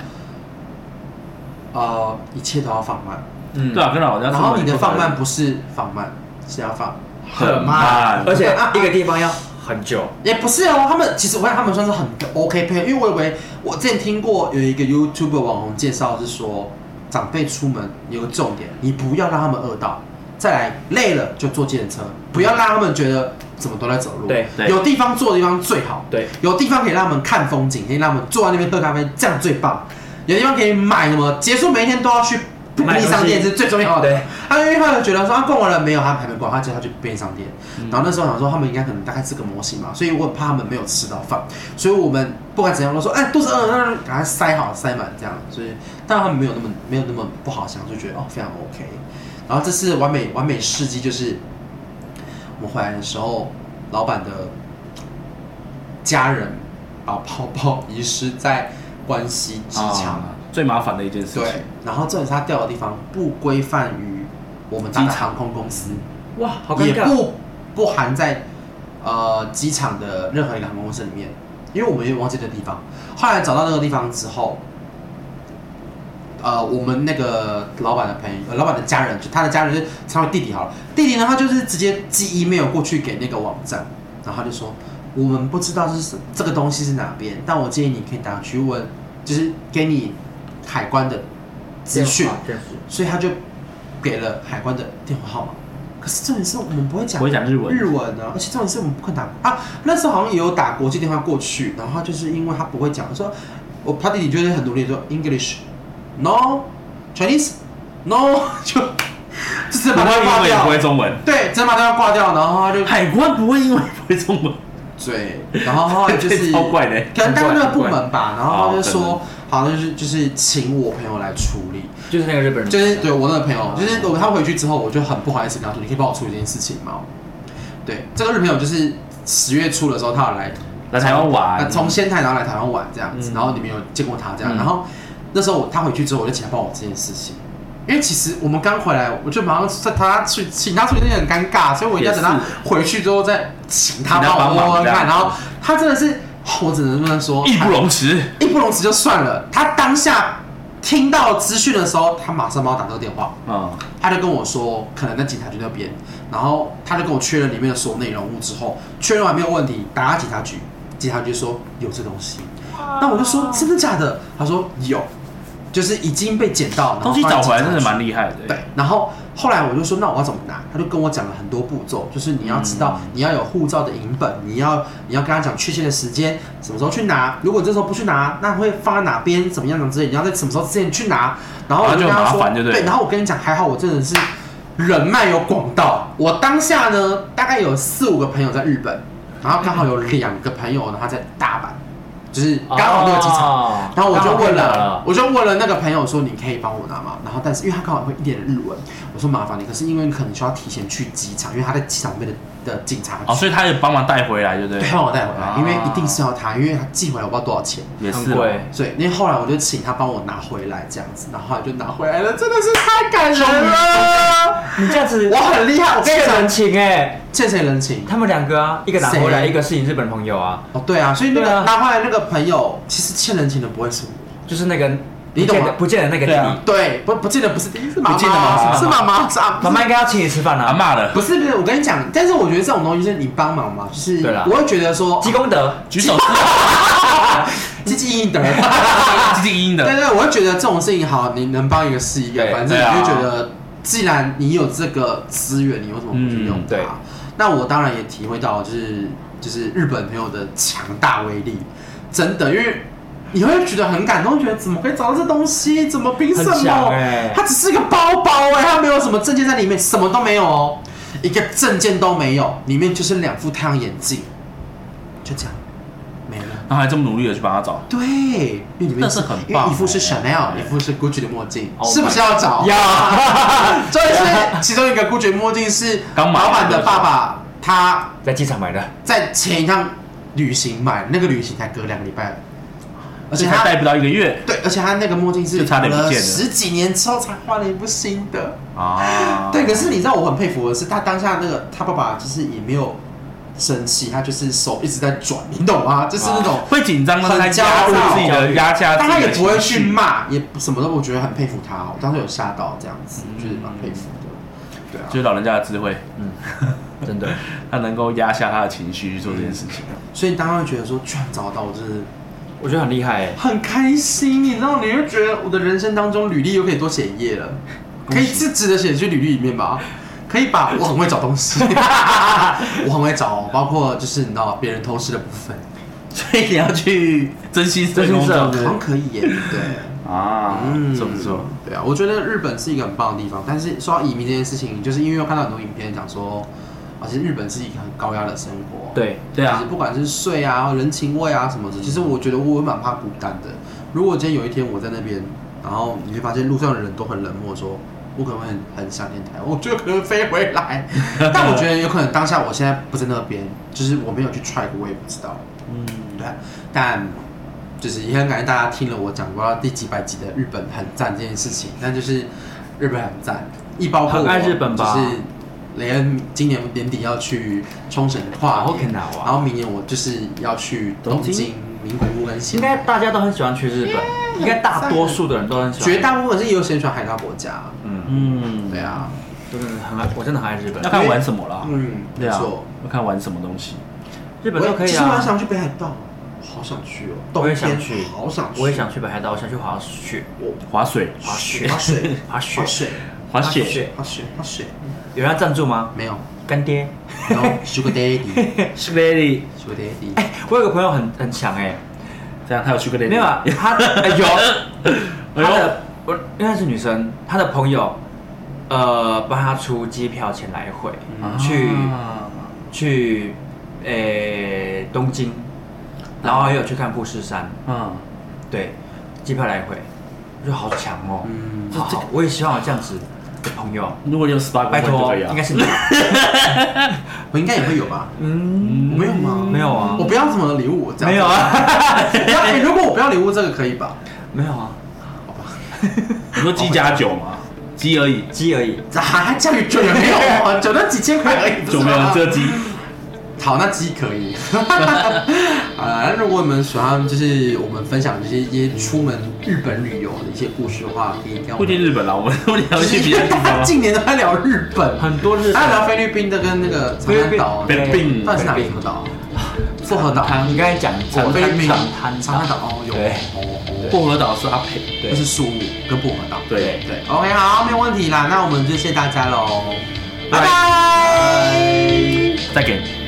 Speaker 1: 呃，一切都要放慢。
Speaker 3: 嗯
Speaker 4: 对啊，跟老人家
Speaker 1: 然
Speaker 4: 出门
Speaker 1: 后你的
Speaker 4: 不可
Speaker 1: 放
Speaker 4: 能
Speaker 1: 慢不是放慢，是要放，
Speaker 4: 很慢，
Speaker 3: 而且一个地方要很久，
Speaker 1: 也不是哦。他们其实我看他们算是很 OK 配合，因为我以为我之前听过有一个 YouTube 网红介绍是说，长辈出门有个重点，你不要让他们饿到。再来累了就坐计程车，不要让他们觉得怎么都在走路。
Speaker 3: 对
Speaker 4: 对
Speaker 1: 有地方坐的地方最好。
Speaker 3: 对，
Speaker 1: 有地方可以让他们看风景，可以让他们坐在那边喝咖啡，这样最棒。有地方可以买什么，结束每一天都要去便利商店
Speaker 3: 买东西
Speaker 1: 是最重要的。
Speaker 3: 对，
Speaker 1: 他因为他就觉得说啊他逛完了没有，他还没逛，他接他去便利商店。然后那时候想说他们应该可能大概是个模型嘛，所以我很怕他们没有吃到饭，所以我们不管怎样都说，哎，肚子饿了，那赶快塞好塞满这样。所以，但他们没有那么没有那么不好想，就觉得哦非常 OK。然后这次完美完美事迹就是我们回来的时候，老板的家人把泡泡遗失在关西机场。
Speaker 4: 啊最麻烦的一件事
Speaker 1: 对
Speaker 4: 情，，
Speaker 1: 然后重点是它掉的地方不规范于我们机
Speaker 4: 机
Speaker 1: 场
Speaker 4: 场
Speaker 1: 航空公司，
Speaker 3: 哇，好尴
Speaker 1: 也
Speaker 3: 尬，
Speaker 1: 不不含在呃机场的任何一个航空公司里面，因为我们也忘记这个地方。后来找到那个地方之后，呃，我们那个老板的朋友，呃老板的家人，就他的家人就是称为弟弟好了。弟弟呢，他就是直接寄 email 过去给那个网站，然后他就说我们不知道是什这个东西是哪边，但我建议你可以打去问，就是给你海关的资讯。
Speaker 3: 电话
Speaker 1: 所以他就给了海关的电话号码。可是重点是我们不会讲，
Speaker 4: 不会讲日文
Speaker 1: 日文啊呢、而且重点是我们不会打啊。那时候好像也有打国际电话过去，然后他就是因为他不会讲，说我他弟弟就是很努力地说 English no Chinese no *laughs* 就就是
Speaker 4: 不
Speaker 1: 把
Speaker 4: 会
Speaker 1: 他
Speaker 4: 英
Speaker 1: 挂
Speaker 4: 文也不会
Speaker 1: 掉，
Speaker 4: 中文，
Speaker 1: 对，真把他挂掉，然后他就
Speaker 4: 海关不会英文也不会中文，
Speaker 1: 对，然后后来就
Speaker 4: *laughs*
Speaker 1: 是
Speaker 4: 超怪的
Speaker 1: 可能当那个部门吧，然后他就
Speaker 4: 哦可
Speaker 1: 说好像就是就是请我朋友来处理，
Speaker 3: 就是那个日本人，
Speaker 1: 就是对我那个朋友，就是我他回去之后，我就很不好意思跟他说，你可以帮我处理这件事情吗？对，这个日本朋友就是十月初的时候，他有来
Speaker 4: 来台湾
Speaker 1: 呃
Speaker 4: 玩，
Speaker 1: 从仙台然后来台湾玩这样子，
Speaker 4: 嗯
Speaker 1: 然后你们有见过他这样，
Speaker 4: 嗯
Speaker 1: 然后那时候我他回去之后，我就请他帮我这件事情。因为其实我们刚回来，我就马上在他去请他出去，那很尴尬，所以我一定要等他回去之后再请他
Speaker 4: 请他
Speaker 1: 帮我
Speaker 4: 帮忙
Speaker 1: 摸摸
Speaker 4: 这
Speaker 1: 看。
Speaker 4: 样
Speaker 1: 然后他真的是，哦我只能这么说，
Speaker 4: 义不容辞。
Speaker 1: 义不容辞就算了。他当下听到资讯的时候，他马上帮我打这个电话，
Speaker 4: 啊，
Speaker 1: 他就跟我说，可能在警察局那边，然后他就跟我确认里面的所有内容物之后，确认完没有问题，打到警察局，警察局说有这东西，那我就说真的假的？他说有，就是已经被捡到，然后
Speaker 4: 哦东西找回
Speaker 1: 放
Speaker 4: 来
Speaker 1: 在
Speaker 4: 真的
Speaker 1: 警察局
Speaker 4: 蛮厉害的。
Speaker 1: 对，然后后来我就说，那我要怎么拿？他就跟我讲了很多步骤，就是你要知道，
Speaker 4: 嗯
Speaker 1: 你要有护照的影本，你要你要跟他讲确切的时间，什么时候去拿。如果你这时候不去拿，那会放在哪边，怎么样怎么之类，你要在什么时候之前去拿。然后我
Speaker 4: 然啊后就
Speaker 1: 跟他
Speaker 4: 很麻
Speaker 1: 说，
Speaker 4: 烦就对了
Speaker 1: 然后我跟你讲，还好我真的是人脉有广到，我当下呢大概有四五个朋友在日本，然后刚好有两个朋友呢他在大阪，就是刚好那个机场。
Speaker 4: 啊
Speaker 3: 场
Speaker 1: 然后我就问
Speaker 3: 啊刚好可以拿
Speaker 1: 了
Speaker 3: 了，
Speaker 1: 我就问了那个朋友说，你可以帮我拿吗？然后但是因为他刚好会一点日文，我说麻烦你，可是因为你可能需要提前去机场，因为他在机场那边的的警察
Speaker 4: 哦，所
Speaker 1: 局。
Speaker 4: 以他也帮忙带回来，对不对
Speaker 1: 对？他帮我带回来，
Speaker 4: 啊
Speaker 1: 因为一定是要他，因为他寄回来我不知道多少钱，
Speaker 4: 也
Speaker 3: 很
Speaker 4: 是
Speaker 3: 贵
Speaker 4: 哦，
Speaker 1: 所以因为后来我就请他帮我拿回来这样子，然后后来就拿回来了，真的是太感人了，
Speaker 3: 你这样子，
Speaker 1: 我很厉害，我跟
Speaker 3: 这
Speaker 1: 你
Speaker 3: 个人
Speaker 1: 讲，
Speaker 3: 情哎，
Speaker 1: 欠谁人情？
Speaker 3: 他们两个啊，一个拿回来，
Speaker 1: 谁
Speaker 3: 一个是你日本朋友啊，
Speaker 1: 哦，对啊，所以那
Speaker 3: 对
Speaker 1: 个
Speaker 3: 啊
Speaker 1: 拿回来那个朋友，其实欠人情的不会是我，
Speaker 3: 就是那个
Speaker 1: 你懂吗
Speaker 3: 不见得不见得那个
Speaker 4: 对啊
Speaker 3: 弟，
Speaker 1: 对，不不记得不是第一次妈
Speaker 4: 不记得妈
Speaker 1: 妈，
Speaker 4: 妈
Speaker 1: 是妈妈，是啊，
Speaker 3: 妈妈应该要请你吃饭
Speaker 4: 阿
Speaker 3: 啊，
Speaker 4: 骂的，
Speaker 1: 不是不是，我跟你讲，但是我觉得这种东西就是你帮忙嘛，就是
Speaker 3: 对啦
Speaker 1: 我会觉得说
Speaker 3: 积功德，
Speaker 4: 举手之
Speaker 1: 积极
Speaker 3: *laughs*
Speaker 1: 应得。
Speaker 4: 积极
Speaker 1: *laughs*
Speaker 4: 应
Speaker 1: 对
Speaker 4: 的，
Speaker 1: 对，我会觉得这种事情好，你能帮一个是一个，
Speaker 3: 对
Speaker 1: 反正
Speaker 4: 对啊
Speaker 1: 你就觉得，既然你有这个资源，你为什么不去用
Speaker 4: 嗯
Speaker 1: 它
Speaker 3: 对？
Speaker 1: 那我当然也体会到，就是就是日本朋友的强大威力，真的，因为你会觉得很感动，觉得怎么可以找到这东西？怎么凭什
Speaker 3: 很强
Speaker 1: 么？
Speaker 3: 哎
Speaker 1: 它只是一个包包哎、它没有什么证件在里面，什么都没有哦，一个证件都没有，里面就是两副太阳眼镜，就这样，没了。
Speaker 4: 然后还这么努力的去帮他找，
Speaker 1: 对，因为里面
Speaker 4: 那是很棒
Speaker 1: 因为一副是
Speaker 4: 哎
Speaker 1: Chanel，
Speaker 4: 对
Speaker 1: 一副是 Gucci 的墨镜，
Speaker 4: Oh my
Speaker 1: 是不是要找？ *laughs*
Speaker 3: 要， *laughs*
Speaker 1: 所以是其中一个 Gucci 墨镜是
Speaker 4: 刚买的
Speaker 1: 老板的爸爸，他
Speaker 3: 在机场买的，
Speaker 1: 在前一趟旅行买，那个旅行才隔两个礼拜，而且
Speaker 4: 这才
Speaker 1: 他
Speaker 4: 戴不到一个月
Speaker 1: 对，而且他那个墨镜是
Speaker 4: 就差点不
Speaker 1: 隔了
Speaker 4: 见了
Speaker 1: 十几年之后才换了一部新的。
Speaker 4: 啊
Speaker 1: 对，可是你知道我很佩服的是，他当下那个他爸爸就是也没有生气，他就是手一直在转，你懂吗？就是那种，
Speaker 4: 会紧张，但
Speaker 1: 很
Speaker 4: 他
Speaker 1: 焦
Speaker 4: 压住
Speaker 1: 躁
Speaker 4: 自己的压下自
Speaker 1: 但他
Speaker 4: 己的情绪，
Speaker 1: 也不会去骂，也不什么都不，我觉得很佩服他哦。我当时有吓到这样子，
Speaker 4: 嗯
Speaker 1: 就是蛮佩服的。对啊，
Speaker 4: 就是老人家的智慧，
Speaker 3: 真的。
Speaker 4: 他能够压下他的情绪去做这件事情。
Speaker 1: 所以你当时会觉得说，居然找到我，真是
Speaker 3: 我觉得很厉害哎，
Speaker 1: 很开心，你知道，你就觉得我的人生当中履历又可以多写一
Speaker 4: *laughs*
Speaker 1: 页了，可以自值得写去履历里面吧。可以吧，我很会找东
Speaker 4: *laughs*
Speaker 1: 西，我很会找哦，包括就是你知道别人偷吃的部分，
Speaker 4: 所以你要去珍惜这份工
Speaker 3: 珍
Speaker 4: 作
Speaker 3: 惜这
Speaker 1: 好像可以耶，对。
Speaker 4: 啊，
Speaker 1: 嗯，
Speaker 4: 不错不错。
Speaker 1: 对啊，我觉得日本是一个很棒的地方，但是说到移民这件事情，就是因为我看到很多影片讲说，啊，其实日本是一个很高压的生活，，
Speaker 3: 对，
Speaker 4: 对啊
Speaker 1: 就是，不管是税啊、人情味啊什么的，其实我觉得我蛮怕孤单的。如果今天有一天我在那边，然后你会发现路上的人都很冷漠说。我可能会很很想念台湾，我觉得可能飞回来，但我觉得有可能当下我现在不在那边，就是我没有去 try 过，我也不知道。
Speaker 4: 嗯，
Speaker 1: 对，啊但就是也很感谢大家听了我讲过第几百集的日本很赞这件事情，但就是日本很赞，一包括我
Speaker 3: 很爱日本吧
Speaker 1: 就是雷恩今年年底要去冲绳跨
Speaker 3: 好
Speaker 1: 年，
Speaker 3: 可能啊
Speaker 1: 然后明年我就是要去东
Speaker 3: 东
Speaker 1: 京
Speaker 3: 京
Speaker 1: 名古屋跟仙
Speaker 3: 应
Speaker 1: 台
Speaker 3: 该大家都很喜欢去日本，应该大多数的人都很喜
Speaker 1: 嗯
Speaker 3: 欢，
Speaker 1: 绝大部分是也有先喜欢海岛国家，
Speaker 3: 嗯，
Speaker 4: 嗯，
Speaker 1: 对，啊，
Speaker 3: 真的很爱，我真的很爱日本
Speaker 4: 要，看玩什么啦，
Speaker 1: 嗯，
Speaker 4: 对
Speaker 1: 没
Speaker 4: 啊
Speaker 1: 错，，
Speaker 4: 要看玩什么东西。
Speaker 3: 日本都可
Speaker 1: 我
Speaker 3: 以
Speaker 1: 其实我很
Speaker 3: 啊。
Speaker 1: 想去北海道，好想去哦，冬
Speaker 3: 我也
Speaker 1: 天
Speaker 3: 想去，
Speaker 1: 好想去，
Speaker 3: 我也想去北海道，我想去滑雪，
Speaker 4: 划水，
Speaker 3: 滑雪
Speaker 1: 滑水，
Speaker 3: 滑雪
Speaker 1: 滑水，
Speaker 4: 滑
Speaker 3: 滑雪
Speaker 4: 雪，
Speaker 1: 滑雪，滑雪，
Speaker 3: 有人要赞助吗？
Speaker 1: 没有。
Speaker 3: 干爹，
Speaker 1: 然后 Sugar
Speaker 3: *laughs*
Speaker 1: Daddy，Sugar
Speaker 4: 是 lady，
Speaker 1: Daddy，
Speaker 3: 哎，我有个朋友很很强哎，
Speaker 4: 这样他有去过 lady
Speaker 3: 没有啊，他哎有，
Speaker 4: 哎
Speaker 3: 他
Speaker 4: 呦，
Speaker 3: 的我应该是女生，她的朋友，呃，帮她出机票钱来回
Speaker 1: 嗯
Speaker 3: 去
Speaker 4: 啊
Speaker 3: 去诶东京，然后也有去看富士山，
Speaker 4: 嗯，
Speaker 3: 对，机票来回，我觉得好强哦，
Speaker 1: 嗯
Speaker 3: 好好，我也希望有这样子的朋友，
Speaker 4: 如果你有十八公
Speaker 3: 拜
Speaker 4: 分就
Speaker 3: 托，
Speaker 4: 可以啊
Speaker 3: 应该。是你，
Speaker 1: 我应该也会有吧？
Speaker 3: 嗯，
Speaker 1: 我没有吗？
Speaker 3: 没有啊
Speaker 1: 我不要什么礼物，我这样
Speaker 3: 没有，啊，
Speaker 1: 不要哎如果我不要礼物，这个可以吧？
Speaker 3: *laughs* 没有啊，
Speaker 4: 你说鸡加酒吗？鸡而已，
Speaker 3: 鸡而已，
Speaker 1: 这还还教育酒也没有
Speaker 3: *laughs*
Speaker 1: 啊，酒那几千块而已，不是
Speaker 4: 酒
Speaker 1: 吗
Speaker 4: 没有，只有鸡。
Speaker 1: 好，那鸡可
Speaker 3: *laughs*
Speaker 1: 以。好了，那如果你们喜欢，就是我们分享这些一些出门日本旅游的一些故事的话，可以跟我
Speaker 4: 不一定
Speaker 1: 们。
Speaker 4: 日本啦，我们我们聊去别的地
Speaker 1: 大
Speaker 4: 方
Speaker 1: *laughs* 家。近年都在聊日本，
Speaker 3: 很多日
Speaker 1: 他聊菲
Speaker 3: 本
Speaker 1: 律宾的跟那个长
Speaker 3: 菲律
Speaker 1: 滩
Speaker 3: 宾
Speaker 1: 岛，啊
Speaker 4: 菲律
Speaker 3: 嗯
Speaker 4: 宾
Speaker 1: 到底是哪里什么岛？薄荷岛。
Speaker 3: 你刚才讲过
Speaker 1: 菲律宾
Speaker 3: 长滩
Speaker 1: 长滩岛哦，有
Speaker 3: 对
Speaker 1: 哦，
Speaker 4: 薄荷岛是阿佩，
Speaker 1: 那是树木跟薄荷岛。
Speaker 4: 对，
Speaker 1: 对，OK，好，没有问题啦，那我们就谢谢大家喽，拜
Speaker 4: 拜
Speaker 1: 拜。
Speaker 4: 再给。